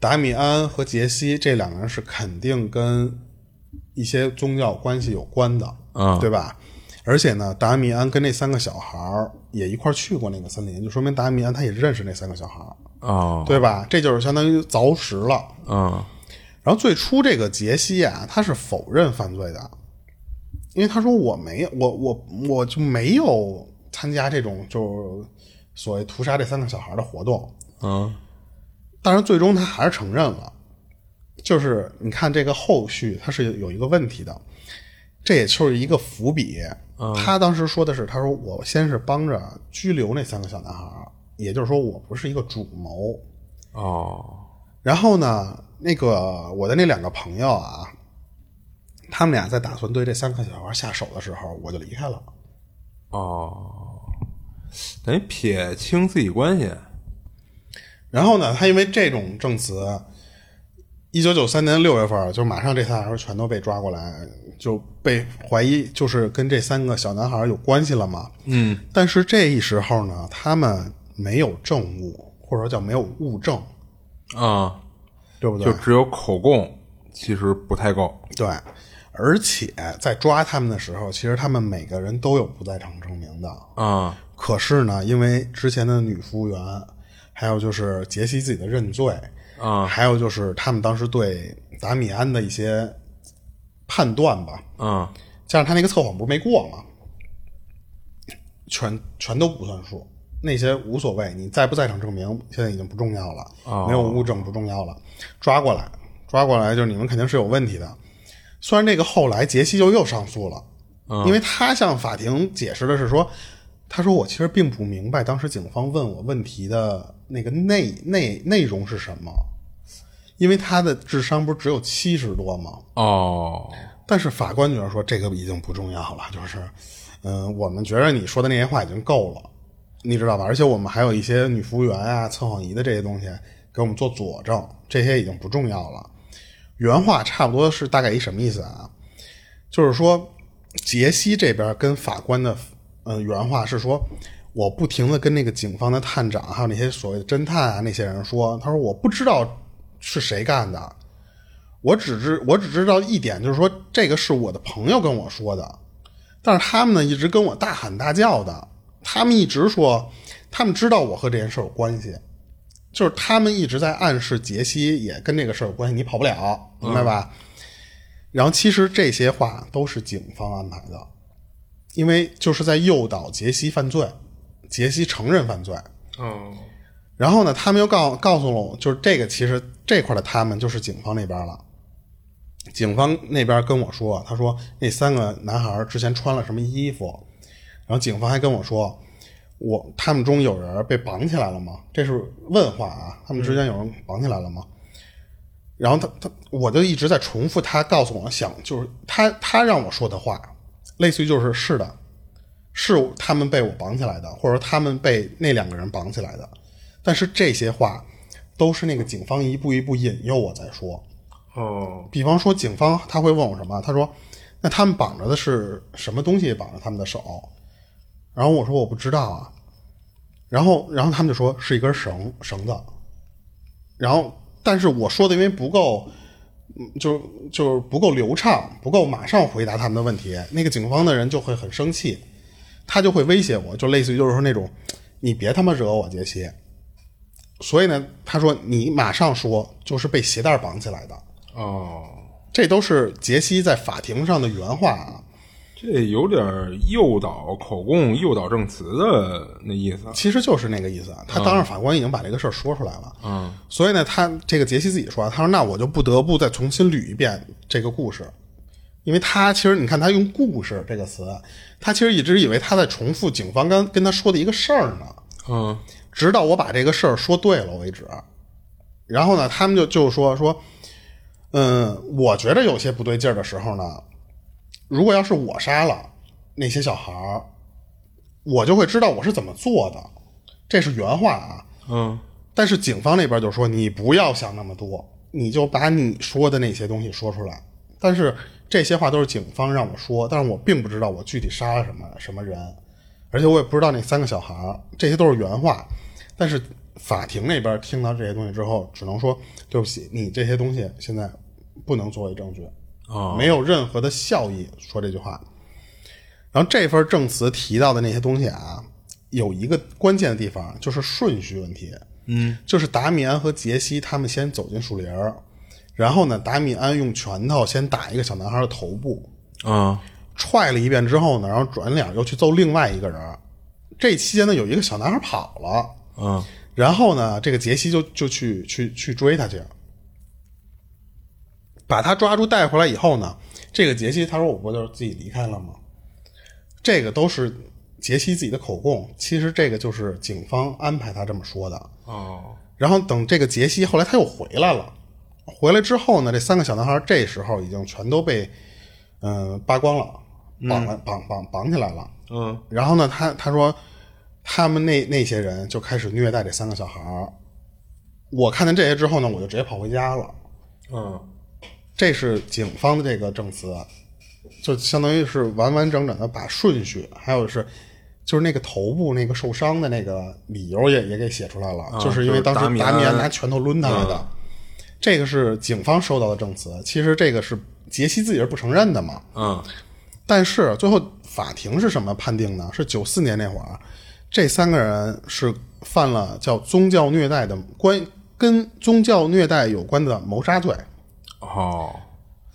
达米安和杰西这两个人是肯定跟一些宗教关系有关的，
嗯
对吧？而且呢，达米安跟那三个小孩儿也一块儿去过那个森林，就说明达米安他也认识那三个小孩儿，
哦，
对吧？这就是相当于凿实了。
嗯，
然后最初这个杰西啊，他是否认犯罪的，因为他说我没有我我我就没有参加这种就是所谓屠杀这三个小孩的活动。
嗯，
但是最终他还是承认了。就是你看这个后续，它是有一个问题的。这也就是一个伏笔。他当时说的是，他说我先是帮着拘留那三个小男孩儿，也就是说我不是一个主谋。
哦，
然后呢，那个我的那两个朋友啊，他们俩在打算对这三个小孩下手的时候，我就离开了。
哦，等于撇清自己关系。
然后呢，他因为这种证词，一九九三年六月份就马上这三个人全都被抓过来，就被怀疑就是跟这三个小男孩有关系了嘛。嗯，但是这一时候呢，他们没有证物，或者说叫没有物证，
啊、
对不对？
就只有口供，其实不太够。
对，而且在抓他们的时候，其实他们每个人都有不在场证明的。
啊、
可是呢，因为之前的女服务员，还有就是杰西自己的认罪，
啊
还有就是他们当时对达米安的一些判断吧，
啊、
加上他那个测谎不是没过吗？全全都不算数，那些无所谓，你在不在场证明现在已经不重要了，没有物证不重要了，抓过来，抓过来就是你们肯定是有问题的。虽然这个后来杰西就又上诉了，因为他向法庭解释的是说，他说我其实并不明白当时警方问我问题的那个内内内容是什么，因为他的智商不是只有七十多吗？
哦，
但是法官觉得说这个已经不重要了，就是，嗯、我们觉得你说的那些话已经够了，你知道吧？而且我们还有一些女服务员啊、测谎仪的这些东西给我们做佐证，这些已经不重要了。原话差不多是大概一什么意思啊？就是说，杰西这边跟法官的，嗯、原话是说，我不停的跟那个警方的探长，还有那些所谓的侦探啊那些人说，他说我不知道是谁干的，我只知我只知道一点，就是说这个是我的朋友跟我说的，但是他们呢一直跟我大喊大叫的，他们一直说他们知道我和这件事有关系，就是他们一直在暗示杰西也跟这个事儿有关系，你跑不了，明白吧？然后其实这些话都是警方安排的，因为就是在诱导杰西犯罪，杰西承认犯罪，
哦，
然后呢，他们又告告诉了我，就是这个其实这块的他们就是警方那边了。警方那边跟我说，他说那三个男孩之前穿了什么衣服，然后警方还跟我说，我他们中有人被绑起来了吗？这是问话啊，他们之间有人绑起来了吗？然后他他我就一直在重复他告诉我想就是他他让我说的话，类似于就是是的，是他们被我绑起来的，或者说他们被那两个人绑起来的。但是这些话都是那个警方一步一步引诱我在说。
哦，
比方说，警方他会问我什么？他说：“那他们绑着的是什么东西绑着他们的手？”然后我说：“我不知道啊。”然后，然后他们就说是一根绳绳子。然后，但是我说的因为不够，嗯就就是不够流畅，不够马上回答他们的问题，那个警方的人就会很生气，他就会威胁我，就类似于就是说那种，你别他妈惹我，杰西。所以呢，他说你马上说，就是被鞋带绑起来的。
哦，
这都是杰西在法庭上的原话啊。
这有点诱导口供、诱导证词的那意思。
其实就是那个意思啊。他当着法官已经把这个事儿说出来了，嗯，所以呢，他这个杰西自己说，他说那我就不得不再重新捋一遍这个故事，因为他其实你看他用“故事”这个词，啊他其实一直以为他在重复警方刚跟他说的一个事儿呢，
嗯，
直到我把这个事儿说对了为止。然后呢，他们就就说说，嗯，我觉得有些不对劲儿的时候呢，如果要是我杀了那些小孩儿，我就会知道我是怎么做的，这是原话啊。
嗯，
但是警方那边就说你不要想那么多，你就把你说的那些东西说出来。但是这些话都是警方让我说，但是我并不知道我具体杀了什么什么人，而且我也不知道那三个小孩儿，这些都是原话。但是法庭那边听到这些东西之后，只能说对不起，你这些东西现在不能作为证据，
哦，
没有任何的效益。说这句话，然后这份证词提到的那些东西啊，有一个关键的地方就是顺序问题。
嗯，
就是达米安和杰西他们先走进树林儿，然后呢，达米安用拳头先打一个小男孩的头部，
啊，
踹了一遍之后呢，然后转脸又去揍另外一个人儿。这期间呢，有一个小男孩跑了，
嗯，
然后呢，这个杰西就就去去去追他去，把他抓住带回来以后呢，这个杰西他说我不就是自己离开了吗？这个都是杰西自己的口供，其实这个就是警方安排他这么说的。
哦，
然后等这个杰西后来他又回来了，回来之后呢，这三个小男孩这时候已经全都被嗯、呃扒光了，绑了、绑绑绑起来了。
嗯
然后呢，他他说他们那那些人就开始虐待这三个小孩儿。我看见这些之后呢，我就直接跑回家了。
嗯
这是警方的这个证词，啊就相当于是完完整整的把顺序，还有是就是那个头部那个受伤的那个理由也也给写出来了，
啊嗯
就是因为当时
就是达米安
达米安拿拳头抡他来的。这个是警方收到的证词，其实这个是杰西自己是不承认的嘛。
嗯
但是最后法庭是什么判定呢？是九四年那会儿，啊这三个人是犯了叫宗教虐待的关跟宗教虐待有关的谋杀罪。
哦，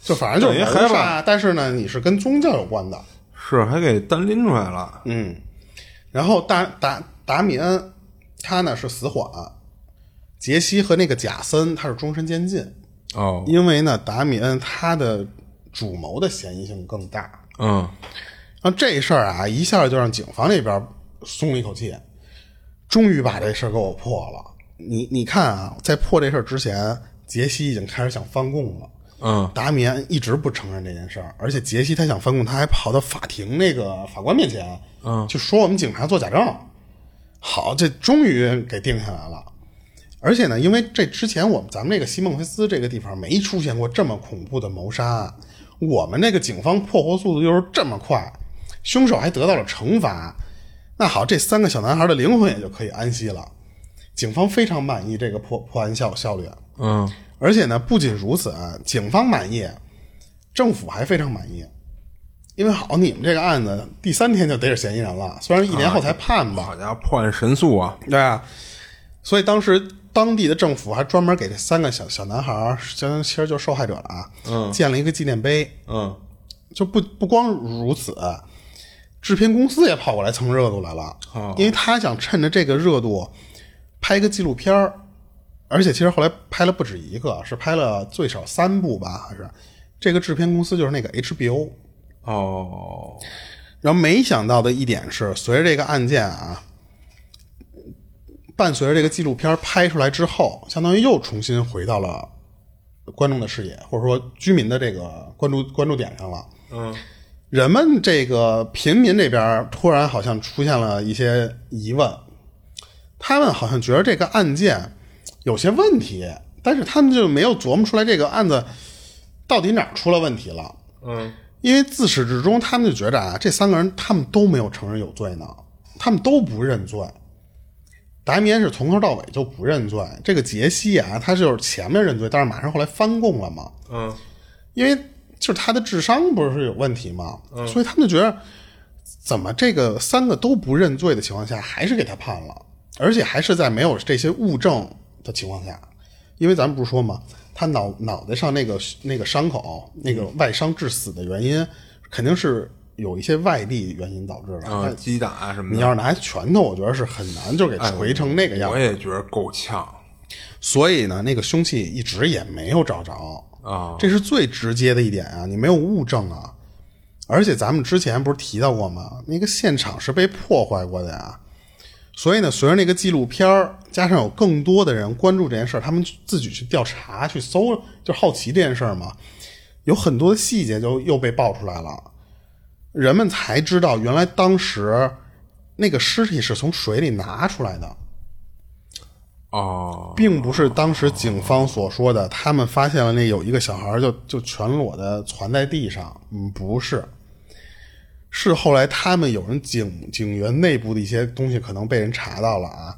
就反正就是
等
谋
于还
杀，
把
但是呢，你是跟宗教有关的。
是还给单拎出来了。
嗯，然后达达达米恩他呢是死缓，杰西和那个贾森他是终身监禁，
哦，
因为呢达米恩他的主谋的嫌疑性更大。
嗯
然后这事儿啊，一下就让警方那边松了一口气，终于把这事儿给我破了。你你看啊，在破这事儿之前，杰西已经开始想翻供了。
嗯
达米安一直不承认这件事儿，而且杰西他想翻供，他还跑到法庭那个法官面前，
嗯
就说我们警察做假证。好，这终于给定下来了。而且呢，因为这之前我们咱们这个西孟菲斯这个地方没出现过这么恐怖的谋杀案，我们这个警方破获速度又是这么快，凶手还得到了惩罚。那好，这三个小男孩的灵魂也就可以安息了。警方非常满意这个破破案效效率。啊
嗯
而且呢，不仅如此啊，警方满意，政府还非常满意，因为好，你们这个案子第三天就逮着嫌疑人了，虽然一年后才判吧，
好家伙，破案神速啊！
对啊，所以当时当地的政府还专门给这三个小小男孩儿，相当于其实就是受害者了啊，嗯，建了一个纪念碑，
嗯
就不不光如此，制片公司也跑过来蹭热度来了，
哦
因为他想趁着这个热度拍个纪录片儿，而且其实后来拍了不止一个，是拍了最少三部吧，还是这个制片公司就是那个 HBO。
哦
然后没想到的一点是，随着这个案件啊，伴随着这个纪录片拍出来之后，相当于又重新回到了观众的视野，或者说居民的这个关注关注点上了。
嗯
人们这个平民这边突然好像出现了一些疑问，他们好像觉得这个案件有些问题，但是他们就没有琢磨出来这个案子到底哪儿出了问题了。
嗯
因为自始至终，他们就觉着啊，这三个人他们都没有承认有罪呢，他们都不认罪。达米安是从头到尾就不认罪，这个杰西啊，他就是前面认罪，但是马上后来翻供了嘛，
嗯
因为就是他的智商不是有问题嘛，
嗯
所以他们就觉得怎么这个三个都不认罪的情况下，还是给他判了，而且还是在没有这些物证的情况下，因为咱们不是说嘛，他脑脑袋上那个那个伤口那个外伤致死的原因，肯定是有一些外力原因导致的。
啊，
但
击打什么
你
的，
要是拿拳头，我觉得是很难就给锤成那个样
哎我
子。
也觉得够呛
所以呢，那个凶器一直也没有找着。
啊。
这是最直接的一点啊，你没有物证啊。而且咱们之前不是提到过吗？那个现场是被破坏过的呀。所以呢，随着那个纪录片儿，加上有更多的人关注这件事儿，他们自己去调查、去搜，就好奇这件事儿嘛。有很多的细节就又被爆出来了，人们才知道原来当时那个尸体是从水里拿出来的。
哦
并不是当时警方所说的，他们发现了那有一个小孩就就全裸的蜷在地上，嗯，不是，是后来他们有人警警员内部的一些东西可能被人查到了啊。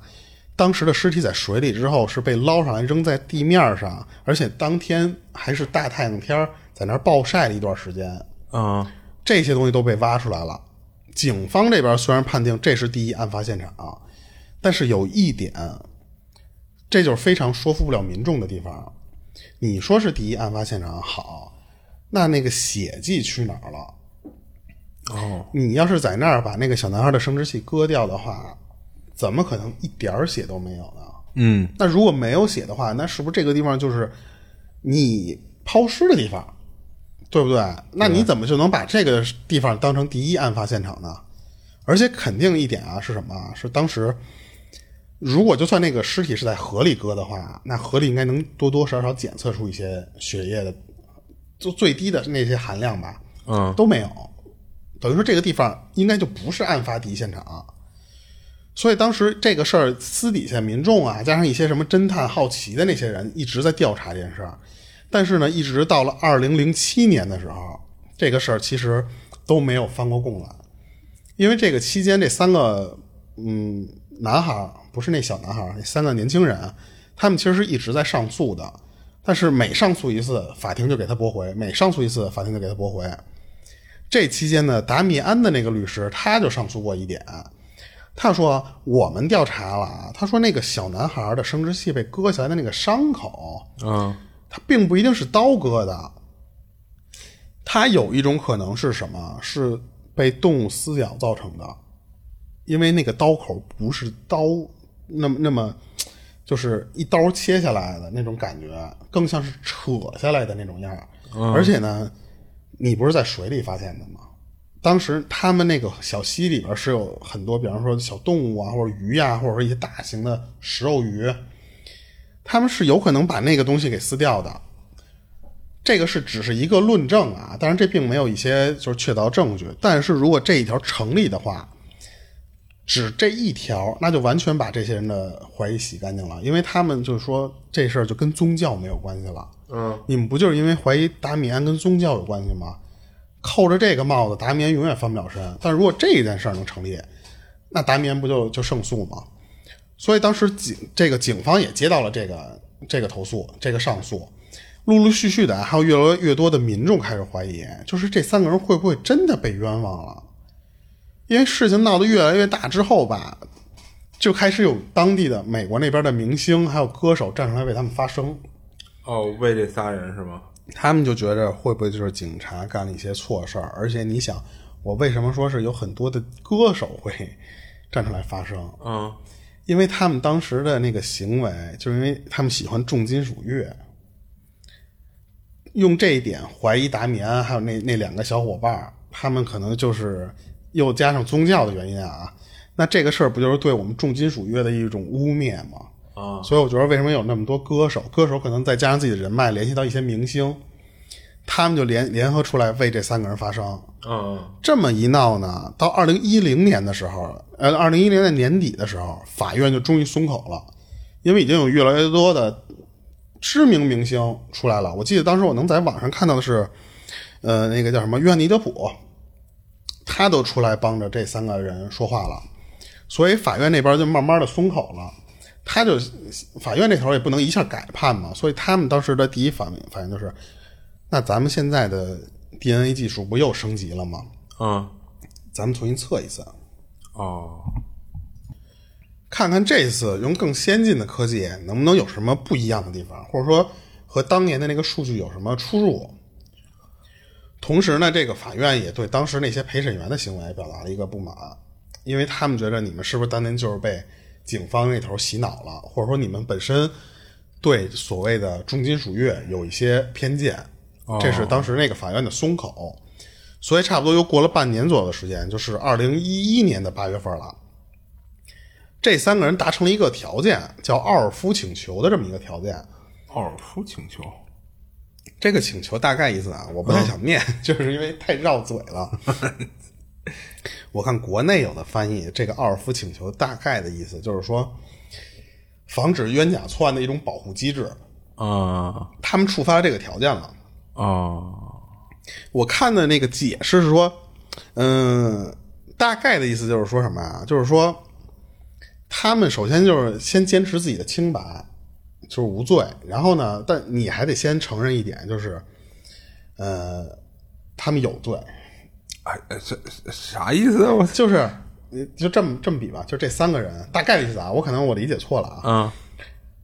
当时的尸体在水里之后是被捞上来扔在地面上，而且当天还是大太阳天儿在那儿暴晒了一段时间，
嗯
这些东西都被挖出来了。警方这边虽然判定这是第一案发现场、啊但是有一点，这就是非常说服不了民众的地方。你说是第一案发现场好，那那个血迹去哪儿了？
哦
你要是在那儿把那个小男孩的生殖器割掉的话，怎么可能一点儿血都没有呢？
嗯
那如果没有血的话，那是不是这个地方就是你抛尸的地方？对不对？那你怎么就能把这个地方当成第一案发现场呢？而且肯定一点啊，是什么啊？是当时如果就算那个尸体是在河里搁的话，那河里应该能多多少少检测出一些血液的，就最低的那些含量吧，
嗯
都没有。等于说这个地方应该就不是案发第一现场。所以当时这个事儿，私底下民众啊，加上一些什么侦探好奇的那些人，一直在调查这件事儿。但是呢，一直到了二零零七年的时候，这个事儿其实都没有翻过供来，因为这个期间这三个嗯男孩儿不是那小男孩儿，那三个年轻人，他们其实是一直在上诉的，但是每上诉一次，法庭就给他驳回；每上诉一次，法庭就给他驳回。这期间呢，达米安的那个律师他就上诉过一点，他说我们调查了啊，他说那个小男孩的生殖器被割下来的那个伤口，
嗯
它并不一定是刀割的，它有一种可能是什么？是被动物撕咬造成的，因为那个刀口不是刀那么那么，就是一刀切下来的那种感觉，更像是扯下来的那种样儿。而且呢，你不是在水里发现的吗？当时他们那个小溪里边是有很多，比方说小动物啊，或者鱼呀、或者说一些大型的食肉鱼，他们是有可能把那个东西给撕掉的。这个是只是一个论证啊，当然这并没有一些就是确凿证据。但是如果这一条成立的话，只这一条，那就完全把这些人的怀疑洗干净了，因为他们就是说这事儿就跟宗教没有关系了。
嗯，
你们不就是因为怀疑达米安跟宗教有关系吗？扣着这个帽子，达米安永远翻不了身。但是如果这件事儿能成立，那达米安不就就胜诉吗？所以当时警这个警方也接到了这个这个投诉，这个上诉，陆陆续续的还有越来越多的民众开始怀疑，就是这三个人会不会真的被冤枉了？因为事情闹得越来越大之后吧，就开始有当地的美国那边的明星还有歌手站出来为他们发声，
哦，为这仨人是吗？
他们就觉着会不会就是警察干了一些错事儿？而且你想，我为什么说是有很多的歌手会站出来发声？
嗯
因为他们当时的那个行为，就是因为他们喜欢重金属乐，用这一点怀疑达米安还有那那两个小伙伴儿，他们可能就是又加上宗教的原因啊，那这个事儿不就是对我们重金属乐的一种污蔑吗？
啊
所以我觉得为什么有那么多歌手，歌手可能再加上自己的人脉，联系到一些明星，他们就联联合出来为这三个人发声。
嗯
这么一闹呢，到二零一零年的时候，呃，二零一零年年底的时候，法院就终于松口了，因为已经有越来越多的知名明星出来了。我记得当时我能在网上看到的是，呃，那个叫什么约翰尼德普，他都出来帮着这三个人说话了，所以法院那边就慢慢的松口了。他就法院这头也不能一下改判嘛，所以他们当时的第一反反应就是，那咱们现在的 DNA 技术不又升级了吗？
嗯
咱们重新测一次，
哦
看看这次用更先进的科技能不能有什么不一样的地方，或者说和当年的那个数据有什么出入。同时呢，这个法院也对当时那些陪审员的行为表达了一个不满，因为他们觉得你们是不是当年就是被警方那头洗脑了，或者说你们本身对所谓的重金属乐有一些偏见，这是当时那个法院的松口。所以差不多又过了半年左右的时间，就是二零一一年的八月份了。这三个人达成了一个条件，叫奥尔夫请求的这么一个条件。
奥尔夫请求
这个请求大概意思啊，我不太想念，就是因为太绕嘴了。我看国内有的翻译，这个奥尔夫请求大概的意思就是说，防止冤假错案的一种保护机制。
啊
他们触发这个条件了。
啊
我看的那个解释是说，嗯、大概的意思就是说什么啊？就是说，他们首先就是先坚持自己的清白，就是无罪。然后呢，但你还得先承认一点，就是，呃，他们有罪，
哎哎这这啥意思啊？我
就是你就这么这么比吧，就这三个人，大概的意思啊，我可能我理解错了啊，
嗯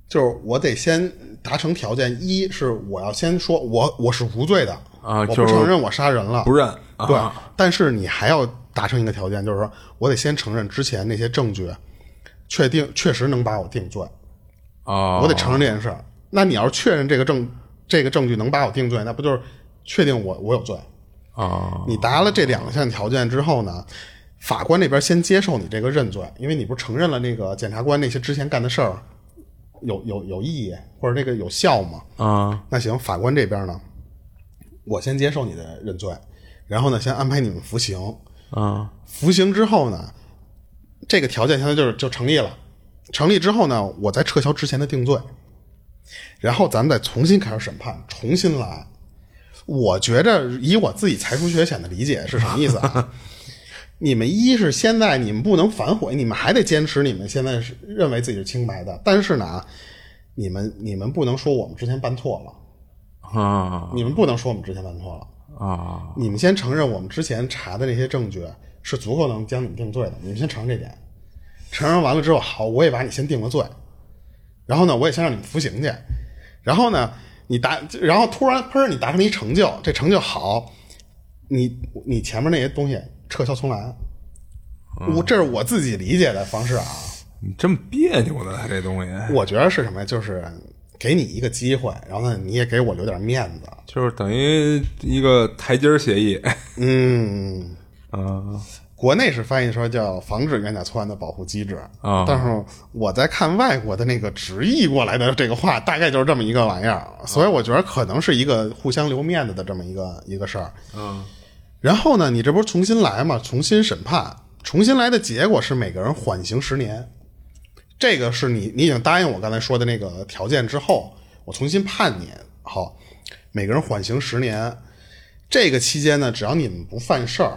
就是我得先达成条件，一是我要先说我我是无罪的
啊
我不
就是
承认我杀人了，
不认啊
对，但是你还要达成一个条件，就是说我得先承认之前那些证据，确定确实能把我定罪，
啊
我得承认这件事儿。那你要是确认这个证这个证据能把我定罪，那不就是确定我我有罪。
啊，
你达了这两项条件之后呢，法官那边先接受你这个认罪，因为你不是承认了那个检察官那些之前干的事儿有有有意义或者那个有效吗？
啊，
那行，法官这边呢，我先接受你的认罪，然后呢，先安排你们服刑。
啊，
服刑之后呢，这个条件相当于就是就成立了。成立之后呢，我再撤销之前的定罪，然后咱们再重新开始审判，重新来。我觉着以我自己才疏学浅的理解是什么意思啊？ 你们一是现在你们不能反悔，你们还得坚持你们现在是认为自己是清白的，但是呢啊，你们你们不能说我们之前办错了，
啊，
你们不能说我们之前办错了。
啊，
你们先承认我们之前查的那些证据是足够能将你们定罪的，你们先承认这点。承认完了之后，好，我也把你先定了罪，然后呢，我也先让你们服刑去，然后呢，你达，然后突然砰，你达成了一成就，这成就好，你你前面那些东西撤销重来。我这是我自己理解的方式啊，
你这么别扭的这东西，
我觉得是什么呀？就是给你一个机会，然后呢，你也给我留点面子。
就是等于一个台阶儿协议。
嗯，
啊
国内是翻译说叫防止冤假错案的保护机制
啊
但是我在看外国的那个直译过来的这个话，大概就是这么一个玩意儿，
啊
所以我觉得可能是一个互相留面子的这么一个一个事儿。
啊
然后呢，你这不是重新来嘛，重新审判，重新来的结果是每个人缓刑十年，这个是你你已经答应我刚才说的那个条件之后，我重新判你，好，每个人缓刑十年，这个期间呢，只要你们不犯事儿，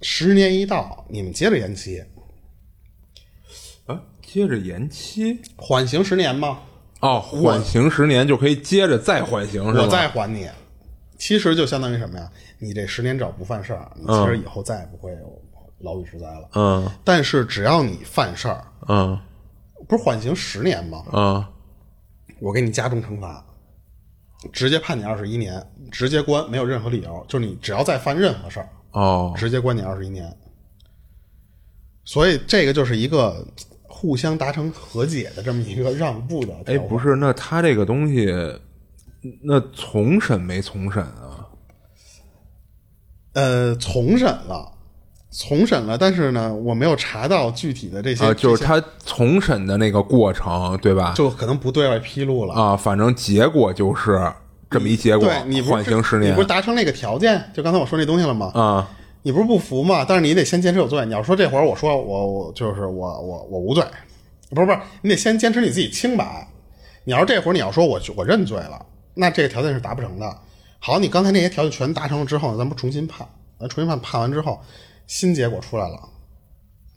十年一到，你们接着延期，
啊！接着延期
缓刑十年吗？
哦，缓刑十年就可以接着再缓刑是吧？
我再还你，其实就相当于什么呀？你这十年只要不犯事儿，你其实以后再也不会有牢狱之灾了。
嗯
但是只要你犯事儿，
嗯
不是缓刑十年吗？
嗯
我给你加重惩罚，直接判你二十一年，直接关，没有任何理由，就是你只要再犯任何事儿，
哦
直接关你二十一年。所以这个就是一个互相达成和解的这么一个让步的条
哎，
款。
不是，那他这个东西，那重审没重审啊？
呃，重审了，重审了，但是呢，我没有查到具体的这些，
啊，就
这
是
些
他重审的那个过程，对吧？
就可能不对外披露了。
啊，反正结果就是这么一结果
对，你不
缓
是
刑十年
你不是达成那个条件，就刚才我说那东西了吗？
啊
你不是不服吗？但是你得先坚持有罪。你要说这会儿我说我我就是我我我无罪，不是不是，你得先坚持你自己清白。你要是这会儿你要说我我认罪了，那这个条件是达不成的。好，你刚才那些条件全达成了之后，咱们重新判，咱重新判判完之后，新结果出来了，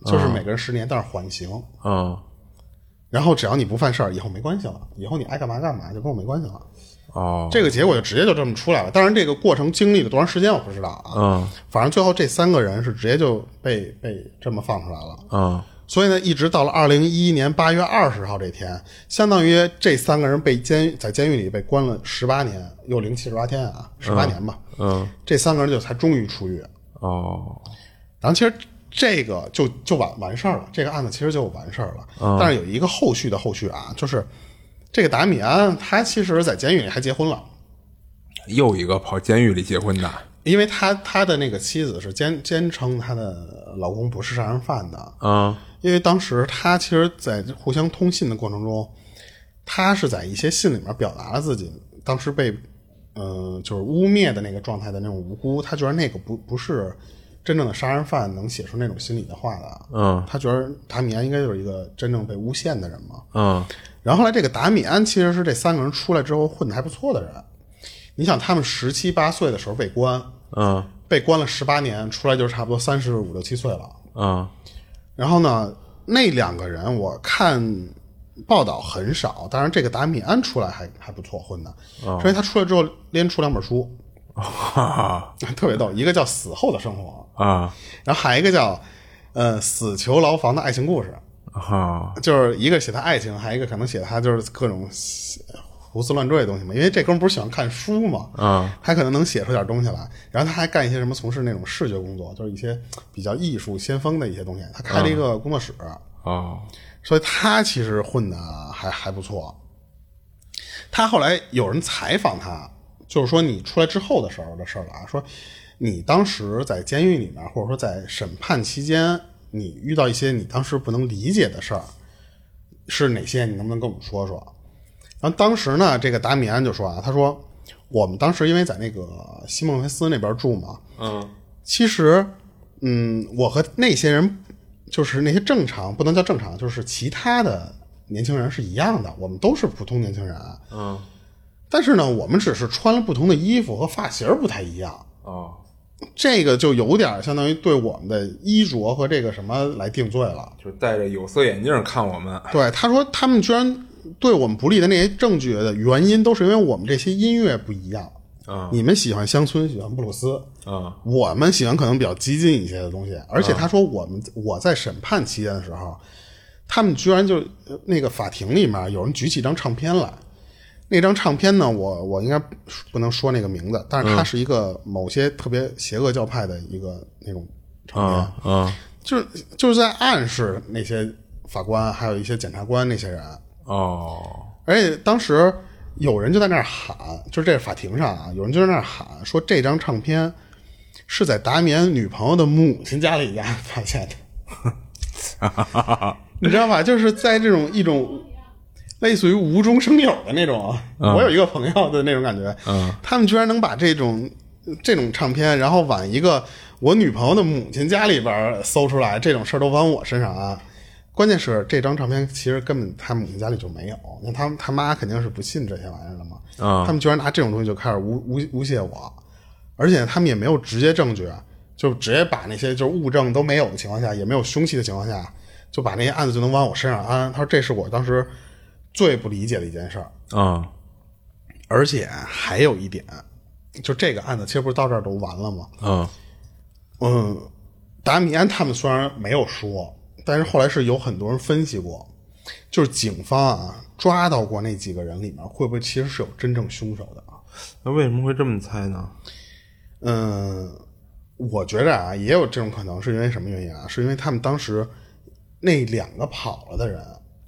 就是每个人十年，但是缓刑。
啊
然后只要你不犯事儿，以后没关系了，以后你爱干嘛干嘛，就跟我没关系了。
哦，
这个结果就直接就这么出来了。当然，这个过程经历了多长时间我不知道啊。
嗯
反正最后这三个人是直接就被被这么放出来了。
嗯
所以呢，一直到了二零一一年八月二十号这天，相当于这三个人被监在监狱里被关了十八年又零七十八天啊，十八年吧。
嗯
这三个人就才终于出狱。
哦
然后其实这个就就完完事儿了，这个案子其实就完事儿了。
嗯
但是有一个后续的后续啊，就是这个达米安他其实在监狱里还结婚了。
又一个跑监狱里结婚的
因为他他的那个妻子是坚坚称她的老公不是杀人犯的，
啊
因为当时他其实，在互相通信的过程中，他是在一些信里面表达了自己当时被，嗯、就是污蔑的那个状态的那种无辜，他觉得那个不不是真正的杀人犯能写出那种心里的话的，
嗯
他觉得达米安应该就是一个真正被诬陷的人嘛，
嗯
然后后来这个达米安其实是这三个人出来之后混得还不错的人，你想他们十七八岁的时候被关，
嗯
被关了十八年，出来就是差不多三十五六七岁了。
嗯
然后呢，那两个人我看报道很少，当然这个达米安出来还还不错混的，因为他出来之后连出两本书，
哈
特别逗，一个叫《死后的生活
啊》，
然后还有一个叫呃《死囚牢房的爱情故事》。
哈
就是一个写他爱情，还有一个可能写他就是各种胡思乱坠的东西嘛。因为这哥们不是喜欢看书嘛，
嗯，
他可能能写出点东西来。然后他还干一些什么从事那种视觉工作，就是一些比较艺术先锋的一些东西。他开了一个工作室，
哦
所以他其实混的还还不错。他后来有人采访他，就是说你出来之后的时候的事儿了啊。说你当时在监狱里面，或者说在审判期间，你遇到一些你当时不能理解的事儿是哪些？你能不能跟我们说说？然后当时呢，这个达米安就说啊，他说我们当时因为在那个西孟菲斯那边住嘛，
嗯
其实，嗯，我和那些人，就是那些正常，不能叫正常，就是其他的年轻人是一样的，我们都是普通年轻人。
嗯
但是呢，我们只是穿了不同的衣服和发型不太一样，
哦
这个就有点相当于对我们的衣着和这个什么来定罪了。
就是戴着有色眼镜看我们，
对，他说他们居然对我们不利的那些证据的原因，都是因为我们这些音乐不一样。
嗯
你们喜欢乡村，喜欢布鲁斯，
嗯
我们喜欢可能比较激进一些的东西，而且他说我们、我在审判期间的时候，他们居然就呃那个法庭里面有人举起一张唱片来，那张唱片呢，我我应该不能说那个名字，但是它是一个某些特别邪恶教派的一个那种唱片，
嗯嗯
就是就是在暗示那些法官还有一些检察官那些人，啊
哦
而且当时有人就在那儿喊，就是这法庭上啊，有人就在那儿喊说这张唱片是在达米安女朋友的母亲家里家发现的，你知道吧？就是在这种一种类似于无中生有的那种，我有一个朋友的那种感觉，他们居然能把这种这种唱片，然后往一个我女朋友的母亲家里边儿搜出来，这种事儿都往我身上安。关键是这张唱片其实根本他母亲家里就没有，那他他妈肯定是不信这些玩意儿的嘛。
嗯
他们居然拿这种东西就开始诬诬诬陷我，而且他们也没有直接证据，啊就直接把那些就是物证都没有的情况下，也没有凶器的情况下，就把那些案子就能往我身上安。他说这是我当时最不理解的一件事儿，
嗯
而且还有一点，就这个案子其实不是到这儿都完了吗？
嗯
嗯，达米安他们虽然没有说，但是后来是有很多人分析过，就是警方啊抓到过那几个人里面，会不会其实是有真正凶手的啊？
那为什么会这么猜呢？
嗯，我觉着啊，也有这种可能，是因为什么原因啊？是因为他们当时那两个跑了的人，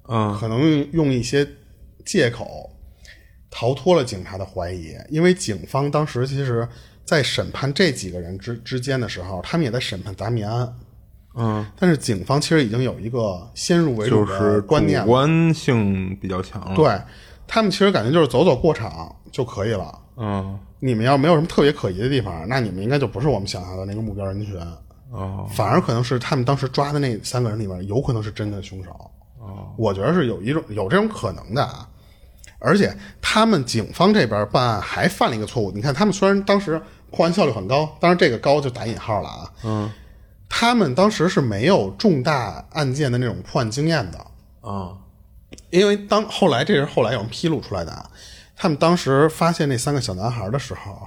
嗯
可能用一些借口逃脱了警察的怀疑，因为警方当时其实，在审判这几个人之之间的时候，他们也在审判达米安。
嗯，
但是警方其实已经有一个先入为主
就
的
是
观念
主
了，
观性比较强了。，
对他们其实感觉就是走走过场就可以了。
嗯
你们要没有什么特别可疑的地方，那你们应该就不是我们想象的那个目标人群，
哦
反而可能是他们当时抓的那三个人里面，有可能是真的凶手。
哦
我觉得是有一种有这种可能的啊。而且他们警方这边办案还犯了一个错误，你看他们虽然当时破案效率很高，当然这个高就打引号了啊，
嗯
他们当时是没有重大案件的那种破案经验的，
啊
因为当后来这是后来有人披露出来的啊，他们当时发现那三个小男孩的时候，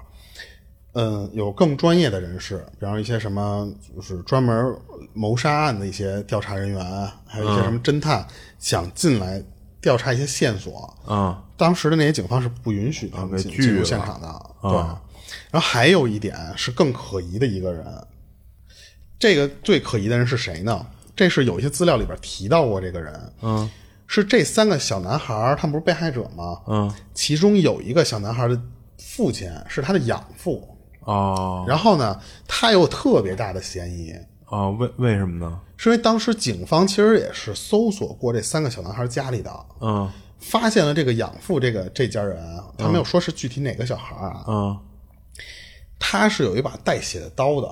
嗯，有更专业的人士，比方说一些什么就是专门谋杀案的一些调查人员，啊还有一些什么侦探、想进来调查一些线索，
啊
当时的那些警方是不允许他们
给
进
拒
进入
了啊
现场的，对。然后还有一点是更可疑的一个人，这个最可疑的人是谁呢？这是有一些资料里边提到过这个人，嗯，是这三个小男孩儿，他们不是被害者吗？
嗯，
其中有一个小男孩的父亲是他的养父，
哦
然后呢，他有特别大的嫌疑，
哦，为为什么呢？
是因为当时警方其实也是搜索过这三个小男孩家里的，
嗯
发现了这个养父这个这家人啊，他没有说是具体哪个小孩儿啊，
嗯
他是有一把带血的刀的。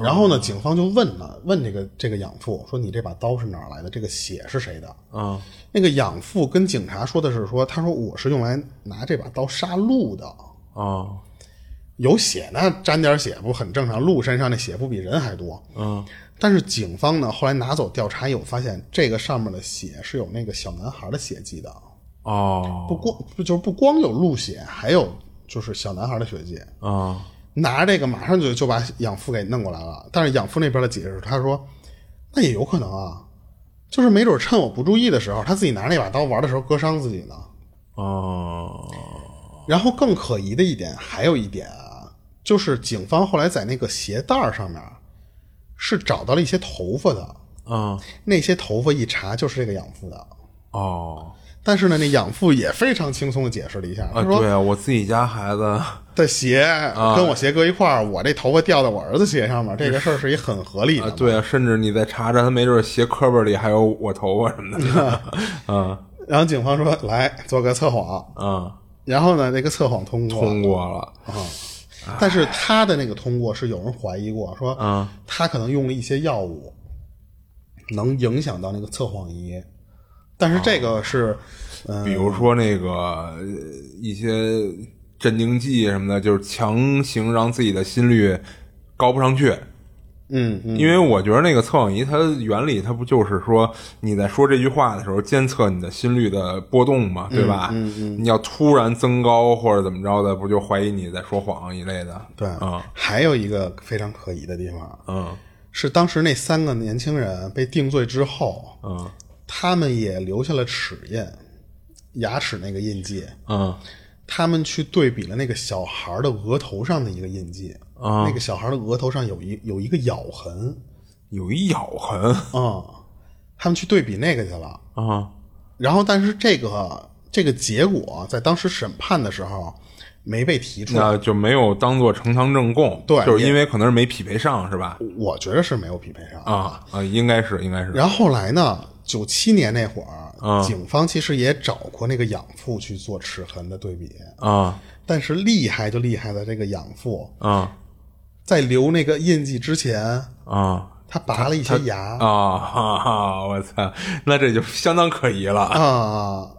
然后呢，警方就问了问这个这个养父说：“你这把刀是哪儿来的？这个血是谁的
嗯？”
那个养父跟警察说的是说：“他说我是用来拿这把刀杀鹿的，
哦
有血那沾点血不很正常？鹿身上那血不比人还多。”
嗯
但是警方呢后来拿走调查以后发现，这个上面的血是有那个小男孩的血迹的。不
哦
光不就是不光有鹿血，还有就是小男孩的血迹。
啊
拿这个马上就就把养父给弄过来了，但是养父那边的解释，他说那也有可能啊，就是没准趁我不注意的时候，他自己拿那把刀玩的时候割伤自己呢。
哦
然后更可疑的一点，还有一点啊，就是警方后来在那个鞋带儿上面是找到了一些头发的，
嗯
那些头发一查就是这个养父的。
哦
但是呢，那养父也非常轻松的解释了一下，
啊，
他说
对啊，我自己家孩子，啊
的鞋跟我鞋搁一块儿，我这头发掉到我儿子鞋上面，这个事儿是一很合理的
啊
嘛。
对啊，甚至你再查查，他没准鞋壳儿里还有我头发什么的，啊
然后警方说来做个测谎，
啊，
然后呢，那个测谎通过，
通过了，
但是他的那个通过是有人怀疑过，说
嗯
他可能用了一些药物，能影响到那个测谎仪，但是
啊
这个是，嗯、
比如说那个呃一些镇定剂什么的，就是强行让自己的心率高不上去。
嗯嗯，
因为我觉得那个测谎仪它原理它不就是说你在说这句话的时候监测你的心率的波动嘛，对吧？嗯嗯你要突然增高或者怎么着的，不就怀疑你在说谎一类的？
对
啊，
还有一个非常可疑的地方
嗯
是，当时那三个年轻人被定罪之后，
嗯
他们也留下了齿印，牙齿那个印记，
嗯
他们去对比了那个小孩儿的额头上的一个印记，
啊
那个小孩儿的额头上有一有一个咬痕
有一咬痕
啊、他们去对比那个去了。
啊
然后，但是这个这个结果在当时审判的时候没被提出来，
那就没有当做呈堂证供，
对
就是因为可能是没匹配上，是吧？
我觉得是没有匹配上。
啊啊，应该是应该是，
然后后来呢，九七年那会儿，
啊
警方其实也找过那个养父去做齿痕的对比，
啊
但是厉害就厉害在这个养父
啊
在留那个印记之前，
啊
他拔了一些牙
啊哈哈！我操，那这就相当可疑了
啊。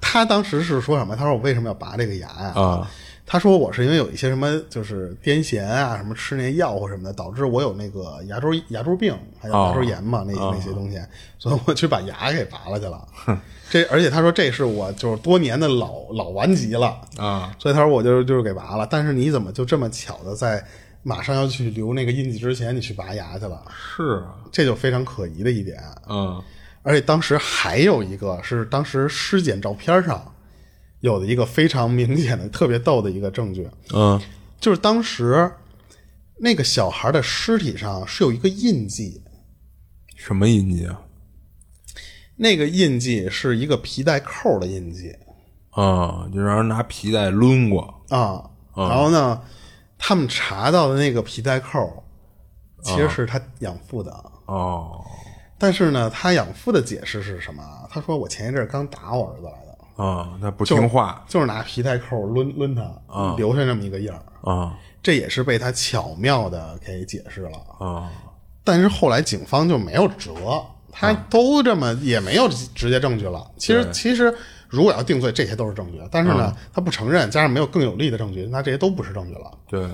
他当时是说什么？他说我为什么要拔这个牙呀、
啊
他说我是因为有一些什么就是癫痫啊，什么吃那药或什么的，导致我有那个牙周牙周病，还有
哦
牙周炎嘛，那、那些东西，所以我去把牙给拔了去了。这而且他说这是我就是多年的老老顽疾了，
啊！
所以他说我就就是给拔了。但是你怎么就这么巧的在马上要去留那个印记之前，你去拔牙去了？
是啊，
这就非常可疑的一点。
嗯
而且当时还有一个是当时尸检照片上有的一个非常明显的、特别逗的一个证据，
嗯
就是当时那个小孩的尸体上是有一个印记，
什么印记啊？
那个印记是一个皮带扣的印记
啊，就让人拿皮带抡过
啊。然后呢，他们查到的那个皮带扣其实是他养父的。
哦
但是呢，他养父的解释是什么啊？他说我前一阵儿刚打我儿子来的，
啊，那不听话
就是拿皮带扣抡抡他，留下那么一个印儿。
啊
这也是被他巧妙的给解释了。
啊
但是后来警方就没有辙，他都这么也没有直接证据了。其实其实如果要定罪，这些都是证据，但是呢，他不承认，加上没有更有力的证据，那这些都不是证据了。
对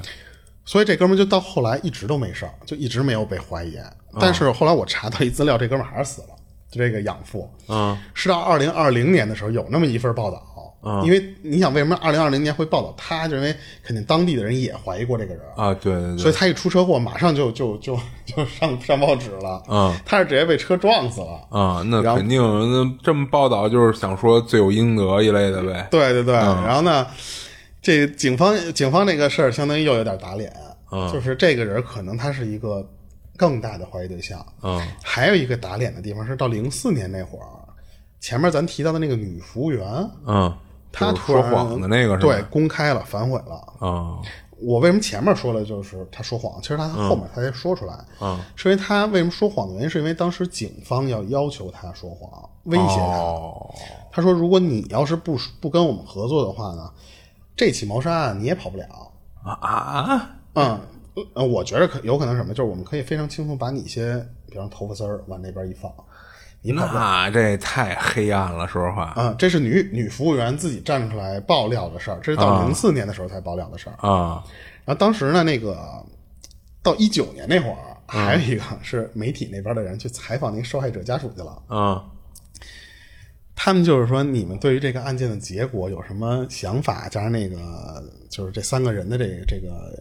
所以这哥们儿就到后来一直都没事儿，就一直没有被怀疑。但是后来我查到一资料，这哥们儿还是死了，就这个养父。
啊
是到二零二零年的时候有那么一份报道，因为你想为什么二零二零年会报道他，就因为肯定当地的人也怀疑过这个人，
啊，对对
所
对
以他一出车祸，马上就就就就上上报纸了。
嗯
他是直接被车撞死了。
啊，那
然后
肯定那这么报道就是想说罪有应得一类的呗
对对对，
嗯
然后呢，这警方警方这个事儿相当于又有点打脸，
嗯
就是这个人可能他是一个更大的怀疑对象。
嗯
还有一个打脸的地方是到零四年那会儿，前面咱提到的那个女服务员，
嗯，
她
就是
突
说
然
谎的那个是吧
对公开了反悔了。
啊
我为什么前面说的就是他说谎？其实他后面他才说出来，
嗯
是因为他为什么说谎的原因，是因为当时警方要要求他说谎，威胁他。
哦
他说：“如果你要是不不跟我们合作的话呢，这起谋杀案你也跑不了。
啊。
嗯”呃，我觉得可有可能是什么，就是我们可以非常轻松把你一些，比方头发丝儿往那边一放，你跑不了。
那这也太黑暗了，说实话
啊、这是女女服务员自己站出来爆料的事儿，这是到零四年的时候才爆料的事儿。
啊
然后当时呢，那个到一九年那会儿，啊还有一个是媒体那边的人去采访那个受害者家属去了，
啊
他们就是说你们对于这个案件的结果有什么想法？加上那个就是这三个人的这个这个，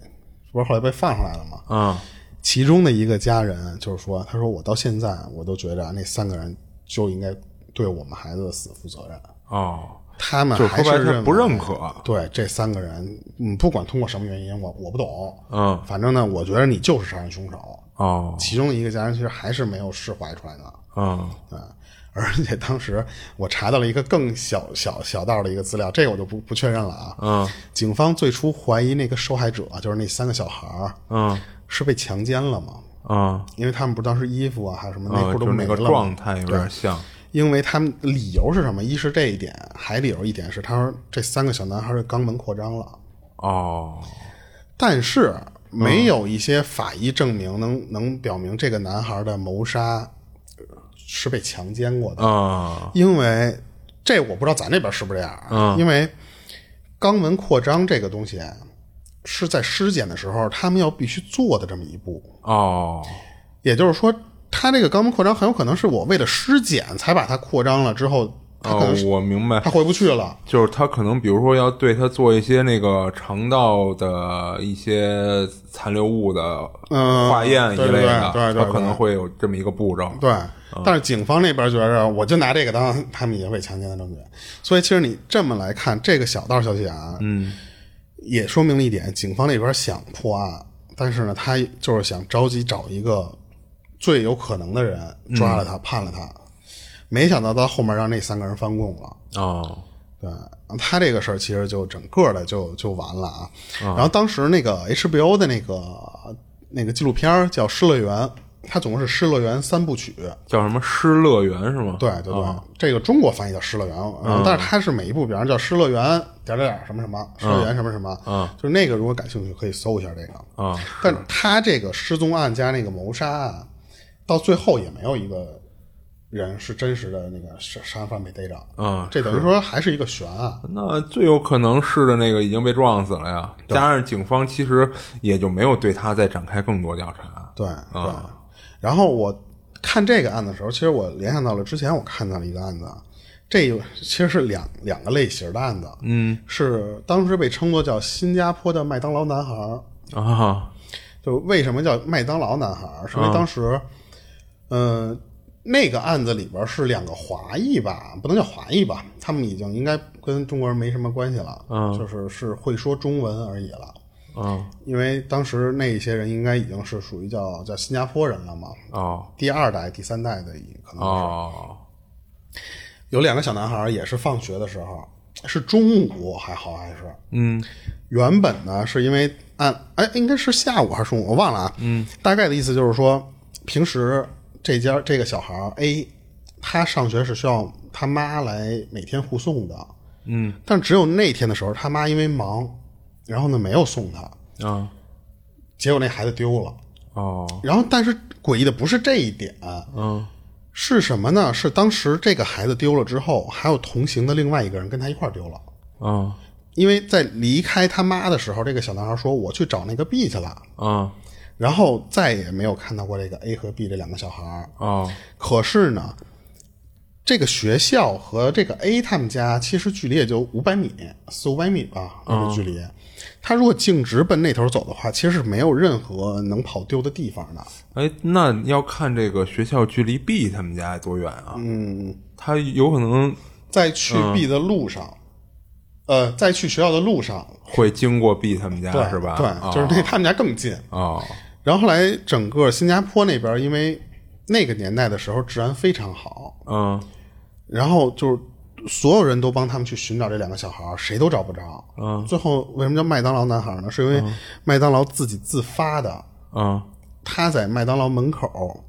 不是后来被放出来了吗？
啊
其中的一个家人就是说，他说我到现在啊我都觉得那三个人就应该对我们孩子的死负责任。
哦，
他们
就是
还
说白
是
了他
认
不
为
认可
对这三个人，嗯，不管通过什么原因，我我不懂，
嗯
反正呢，我觉得你就是杀人凶手。
哦
其中一个家人其实还是没有释怀出来的，
嗯
啊。而且当时我查到了一个更小小小道的一个资料，这个我就不不确认了啊。
嗯
警方最初怀疑那个受害者就是那三个小孩儿
嗯
是被强奸了嘛，
嗯，
因为他们不当时衣服啊还有什么内裤
嗯就
都
是
没
那个
了嘛，
状态有点
对
像，
因为他们理由是什么？一是这一点，还理由一点是，他说这三个小男孩的肛门扩张了，
哦，
但是没有一些法医证明能能表明这个男孩的谋杀呃是被强奸过的，
嗯
因为这我不知道咱这边是不是这样啊？因为肛门扩张这个东西啊是在尸检的时候他们要必须做的这么一步，
哦，
也就是说，他这个肛门扩张很有可能是我为了尸检才把它扩张了之后，他可
哦
能，是、
我明白
他，回不去了。
就是他可能比如说要对他做一些那个肠道的一些残留物的
嗯
化验一
对
类的，
对对对
他可能会有这么一个步骤。
对，但是警方那边觉着，我就拿这个当他们已经被强奸的证据，所以其实你这么来看，这个小道消息啊，嗯，也说明了一点，警方那边想破案，但是呢，他就是想着急找一个最有可能的人抓了他，判了他，没想到到后面让那三个人翻供了。
哦，
对，他这个事儿其实就整个的就就完了啊。然后当时那个 HBO 的那个那个纪录片儿叫《失乐园》，它总共是《失乐园》三部曲。
叫什么失乐园是吗？啊嗯
对对对，这个中国翻译叫《失乐园》，然后但是它是每一部，比方说叫《失乐园》点儿点儿点儿什么什么，《失乐园》什么什么，嗯，就是那个如果感兴趣可以搜一下这个。
啊，
但是他这个失踪案加那个谋杀案，到最后也没有一个人是真实的那个杀杀人犯被逮着，
嗯
这等于说还是一个悬案。
那最有可能是的那个已经被撞死了呀，加上警方其实也就没有对他再展开更多调查。
对对、然后我看这个案子的时候，其实我联想到了之前我看到了一个案子，这有其实是两两个类型的案子，嗯，是当时被称作叫新加坡的麦当劳男孩儿。
啊，
就为什么叫麦当劳男孩儿？是因为当时，嗯、那个案子里边是两个华裔吧，不能叫华裔吧，他们已经应该跟中国人没什么关系了，嗯，就是是会说中文而已了。
嗯，
因为当时那些人应该已经是属于叫叫新加坡人了嘛，
哦，
第二代、第三代的可能、
哦，
有两个小男孩儿，也是放学的时候，是中午还好还是
嗯，
原本呢是因为按哎应该是下午还是中午我忘了啊，嗯，大概的意思就是说，平时这家这个小孩儿 A，他上学是需要他妈来每天护送的，嗯，但只有那天的时候，他妈因为忙，然后呢没有送他，
啊，
结果那孩子丢了。
哦，
然后，但是诡异的不是这一点，
嗯，
是什么呢？是当时这个孩子丢了之后，还有同行的另外一个人跟他一块儿丢了。
啊，
因为在离开他妈的时候，这个小男孩说：“我去找那个 B 去了。
啊，”
然后再也没有看到过这个 A 和 B 这两个小孩儿。
哦，
可是呢，这个学校和这个 A 他们家其实距离也就五百米、四五百米吧，那个距离。他如果径直奔那头走的话，其实是没有任何能跑丢的地方的。
哎，那要看这个学校距离 B 他们家多远啊？嗯，他有可能
在去
嗯
B 的路上，呃，在去学校的路上，
会经过 B 他们家
对
啊是吧？
对，
哦
就是那他们家更近。
哦，
然后后来整个新加坡那边，因为那个年代的时候治安非常好，
嗯
然后就是所有人都帮他们去寻找这两个小孩儿，谁都找不着。嗯，最后为什么叫麦当劳男孩儿呢？是因为麦当劳自己自发的，
嗯
他在麦当劳门口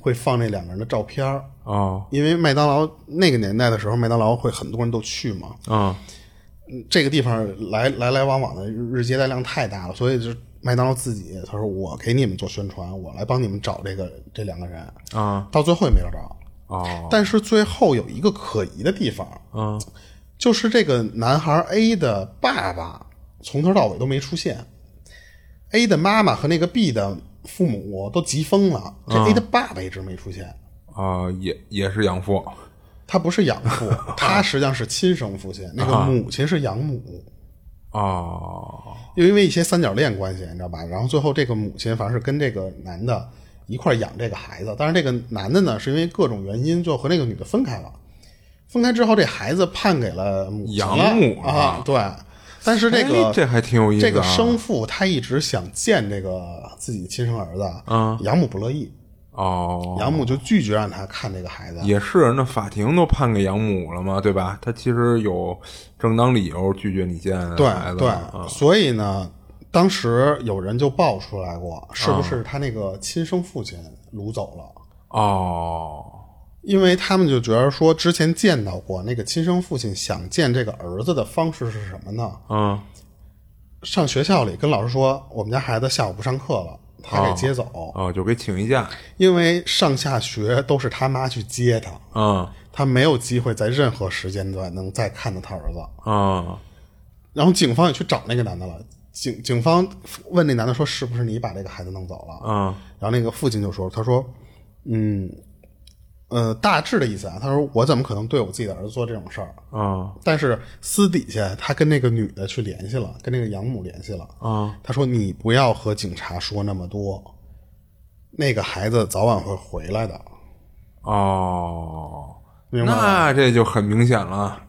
会放那两个人的照片儿
哦
因为麦当劳那个年代的时候，麦当劳会很多人都去嘛，
嗯
这个地方来来来往往的日接待量太大了，所以就是麦当劳自己，他说我给你们做宣传，我来帮你们找这个这两个人，
啊
到最后也没找着。
哦
但是最后有一个可疑的地方，
嗯
就是这个男孩 A 的爸爸从头到尾都没出现，A 的妈妈和那个 B 的父母都急疯了，这 A 的爸爸一直没出现。
啊，也也是养父
他不是养父，他实际上是亲生父亲，那个母亲是养母。
哦
又因为一些三角恋关系，你知道吧？然后最后这个母亲反正是跟这个男的一块儿养这个孩子，但是这个男的呢，是因为各种原因就和那个女的分开了。分开之后，这孩子判给了母亲了
养母
啊，对。但是这个、
哎这还挺有意思啊
这个生父他一直想见这个自己亲生儿子，
嗯，
养母不乐意，
哦，
养母就拒绝让他看这个孩子。
也是，那法庭都判给养母了嘛，对吧？他其实有正当理由拒绝你见
对
孩子
对
嘛，啊
所以呢，当时有人就爆出来过，是不
啊
是他那个亲生父亲掳走了？
哦，
因为他们就觉得说，之前见到过那个亲生父亲想见这个儿子的方式是什么呢？
嗯，
上学校里跟老师说，我们家孩子下午不上课了，他给接走，
哦，就给请一假，
因为上下学都是他妈去接他，
嗯
他没有机会在任何时间段能再看到他儿子。
嗯，
然后警方也去找那个男的了，警警方问那男的说，是不是你把这个孩子弄走了？
嗯，
然后那个父亲就说，他说，嗯，呃，大致的意思啊，他说我怎么可能对我自己的儿子做这种事儿？
嗯，
但是私底下他跟那个女的去联系了，跟那个养母联系了。
嗯，
他说你不要和警察说那么多，那个孩子早晚会回来的。
哦，
明白了
那这就很明显了，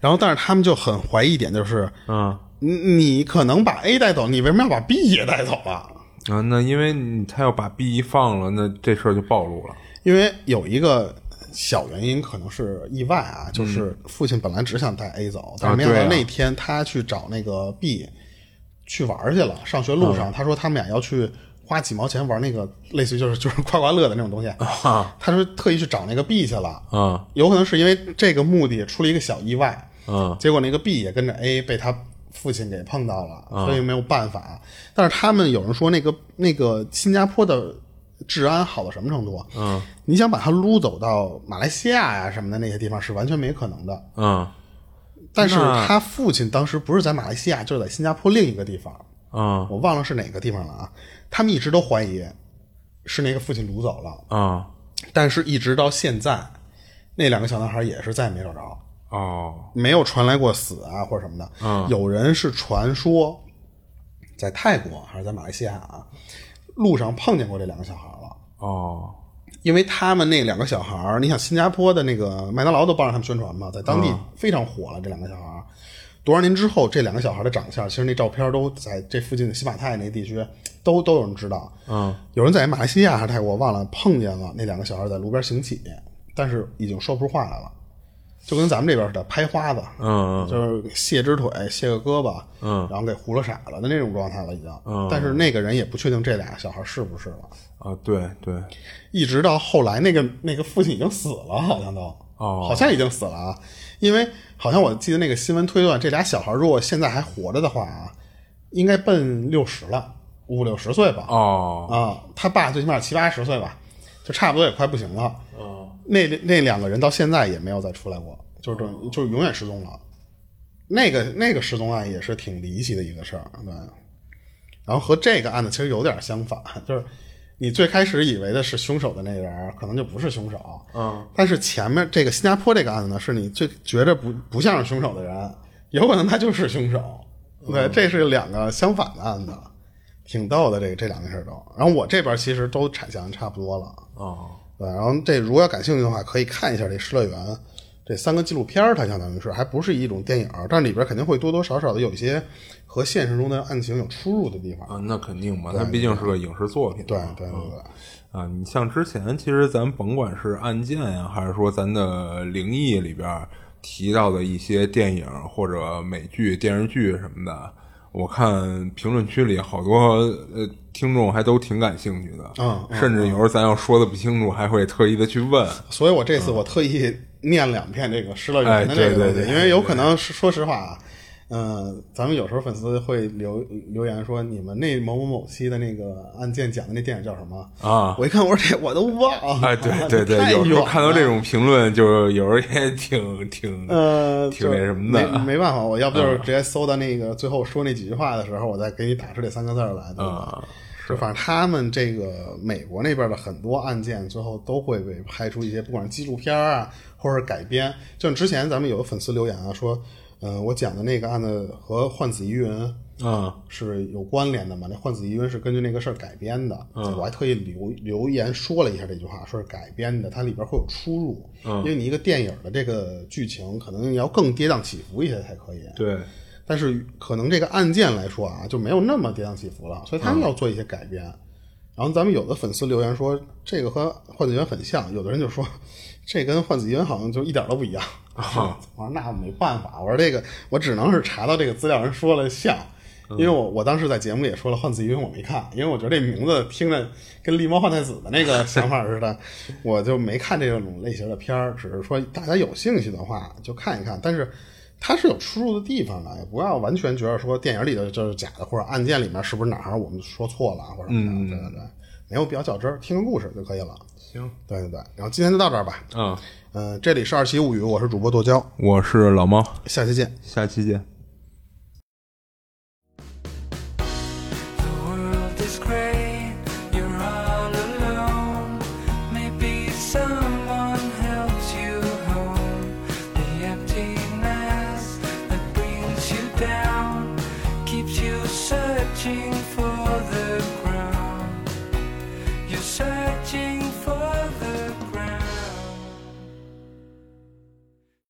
然后，但是他们就很怀疑一点，就是
嗯
你你可能把 A 带走，你为什么要把 B 也带走了？
啊，那因为你他要把 B 一放了，那这事儿就暴露了，
因为有一个小原因可能是意外啊，就是父亲本来只想带 A 走，但是没想
对
到
嗯啊
那天他去找那个 B 去玩去了。上学路上，
嗯
他说他们俩要去花几毛钱玩那个类似于就是就是刮刮乐的那种东西，
啊
他说特意去找那个 B 去了。
嗯
有可能是因为这个目的出了一个小意外，
嗯
结果那个 B 也跟着 A 被他父亲给碰到了，所以没有办法。但是他们有人说，那个那个新加坡的治安好到什么程度？嗯，你想把他撸走到马来西亚呀、什么的那些地方是完全没可能的。
嗯
但是他父亲当时不是在马来西亚，就是在新加坡另一个地方，
嗯
我忘了是哪个地方了啊。他们一直都怀疑是那个父亲掳走了，
嗯，
但是一直到现在，那两个小男孩也是再也没找着。
哦，
没有传来过死啊或者什么的。有人是传说在泰国还是在马来西亚啊，路上碰见过这两个小孩了。
哦，
因为他们那两个小孩儿，你想新加坡的那个麦当劳都帮着他们宣传嘛，在当地非常火了。这两个小孩儿，多少年之后，这两个小孩儿的长相，其实那照片都在这附近的西马泰那地区都都有人知道。
嗯，
有人在马来西亚还是泰国忘了碰见了那两个小孩在路边行乞，但是已经说不出话来了，就跟咱们这边似的拍花子，
嗯
就是卸只腿、卸个胳膊，嗯，然后给糊了傻了的那种状态了已经。嗯，但是那个人也不确定这俩小孩是不是了。
啊，对对，
一直到后来，那个那个父亲已经死了，好像都，
哦
好像已经死了啊，因为好像我记得那个新闻推断，这俩小孩如果现在还活着的话啊，应该奔六十了，五六十岁吧，
哦，
啊，他爸最起码七八十岁吧，就差不多也快不行了，哦，那那两个人到现在也没有再出来过，就是这种就是永远失踪了，那个那个失踪案也是挺离奇的一个事儿，对。然后和这个案子其实有点相反， 就是你最开始以为的是凶手的那个人儿，可能就不是凶手。嗯，但是前面这个新加坡这个案子呢，是你最觉着不不像是凶手的人，有可能他就是凶手。对，这是两个相反的案子，挺逗的。这个这两个事儿都，然后我这边其实都产想差不多了。
哦，
对，然后这如果要感兴趣的话，可以看一下这《失乐园》这三个纪录片儿，它相当于是还不是一种电影儿，但里边儿肯定会多多少少的有一些和现实中的案情有出入的地方。
啊，那肯定嘛，它毕竟是个影视作品嘛，
对对对对，
啊，你像之前，其实咱甭管是案件呀、还是说咱的灵异里边儿提到的一些电影或者美剧、电视剧什么的，我看评论区里好多呃听众还都挺感兴趣的，
嗯嗯
甚至有时候咱要说的不清楚，还会特意的去问。
所以我这次我特意念两遍这个《失乐园》的
啊哎
这个
对
东
对
西，因
对
为有可能是说实话啊，嗯，咱们有时候粉丝会留留言说你们那某某某期的那个案件讲的那电影叫什么
啊
我一看，我说这我都忘了。
哎，对 对对，
太
有时候
远
看到
了
这种评论，就有时候也挺挺
呃，
挺
就
那什么的嗯
没没办法，我要不就是直接搜到那个最后说那几句话的时候，我再给你打出这三个字儿来，对吧？
啊，
就反正他们这个美国那边的很多案件，最后都会被拍出一些，不管是纪录片啊，或者是改编。就之前咱们有个粉丝留言啊，说，呃，我讲的那个案子和《幻子疑云》
嗯
是有关联的嘛？那《幻子疑云》是根据那个事儿改编的，我还特意留留言说了一下这句话，说是改编的，它里边会有出入，因为你一个电影的这个剧情可能你要更跌宕起伏一些才可以。
对，
但是可能这个案件来说啊，就没有那么跌宕起伏了，所以他们要做一些改编。然后咱们有的粉丝留言说这个和换子源很像，有的人就说这跟换子源好像就一点都不一样。
啊
我说那没办法，我说这个我只能是查到这个资料人说了像，因为我我当时在节目里也说了换子源我没看，因为我觉得这名字听着跟狸猫换太子的那个想法似的，我就没看这种类型的片儿，只是说大家有兴趣的话就看一看，但是。它是有出入的地方的，也不要完全觉得说电影里的就是假的，或者案件里面是不是哪儿我们说错了啊，或者什么的，对对对，没有必要较真儿，听个故事就可以了。
行，
对对对，然后今天就到这儿吧。
嗯，
嗯、这里是二期物语，我是主播剁椒，
我是老猫，
下期见。
下期见。
The world is great, you're all alone. Maybe someone helps you home. The emptiness that brings you down keeps you searching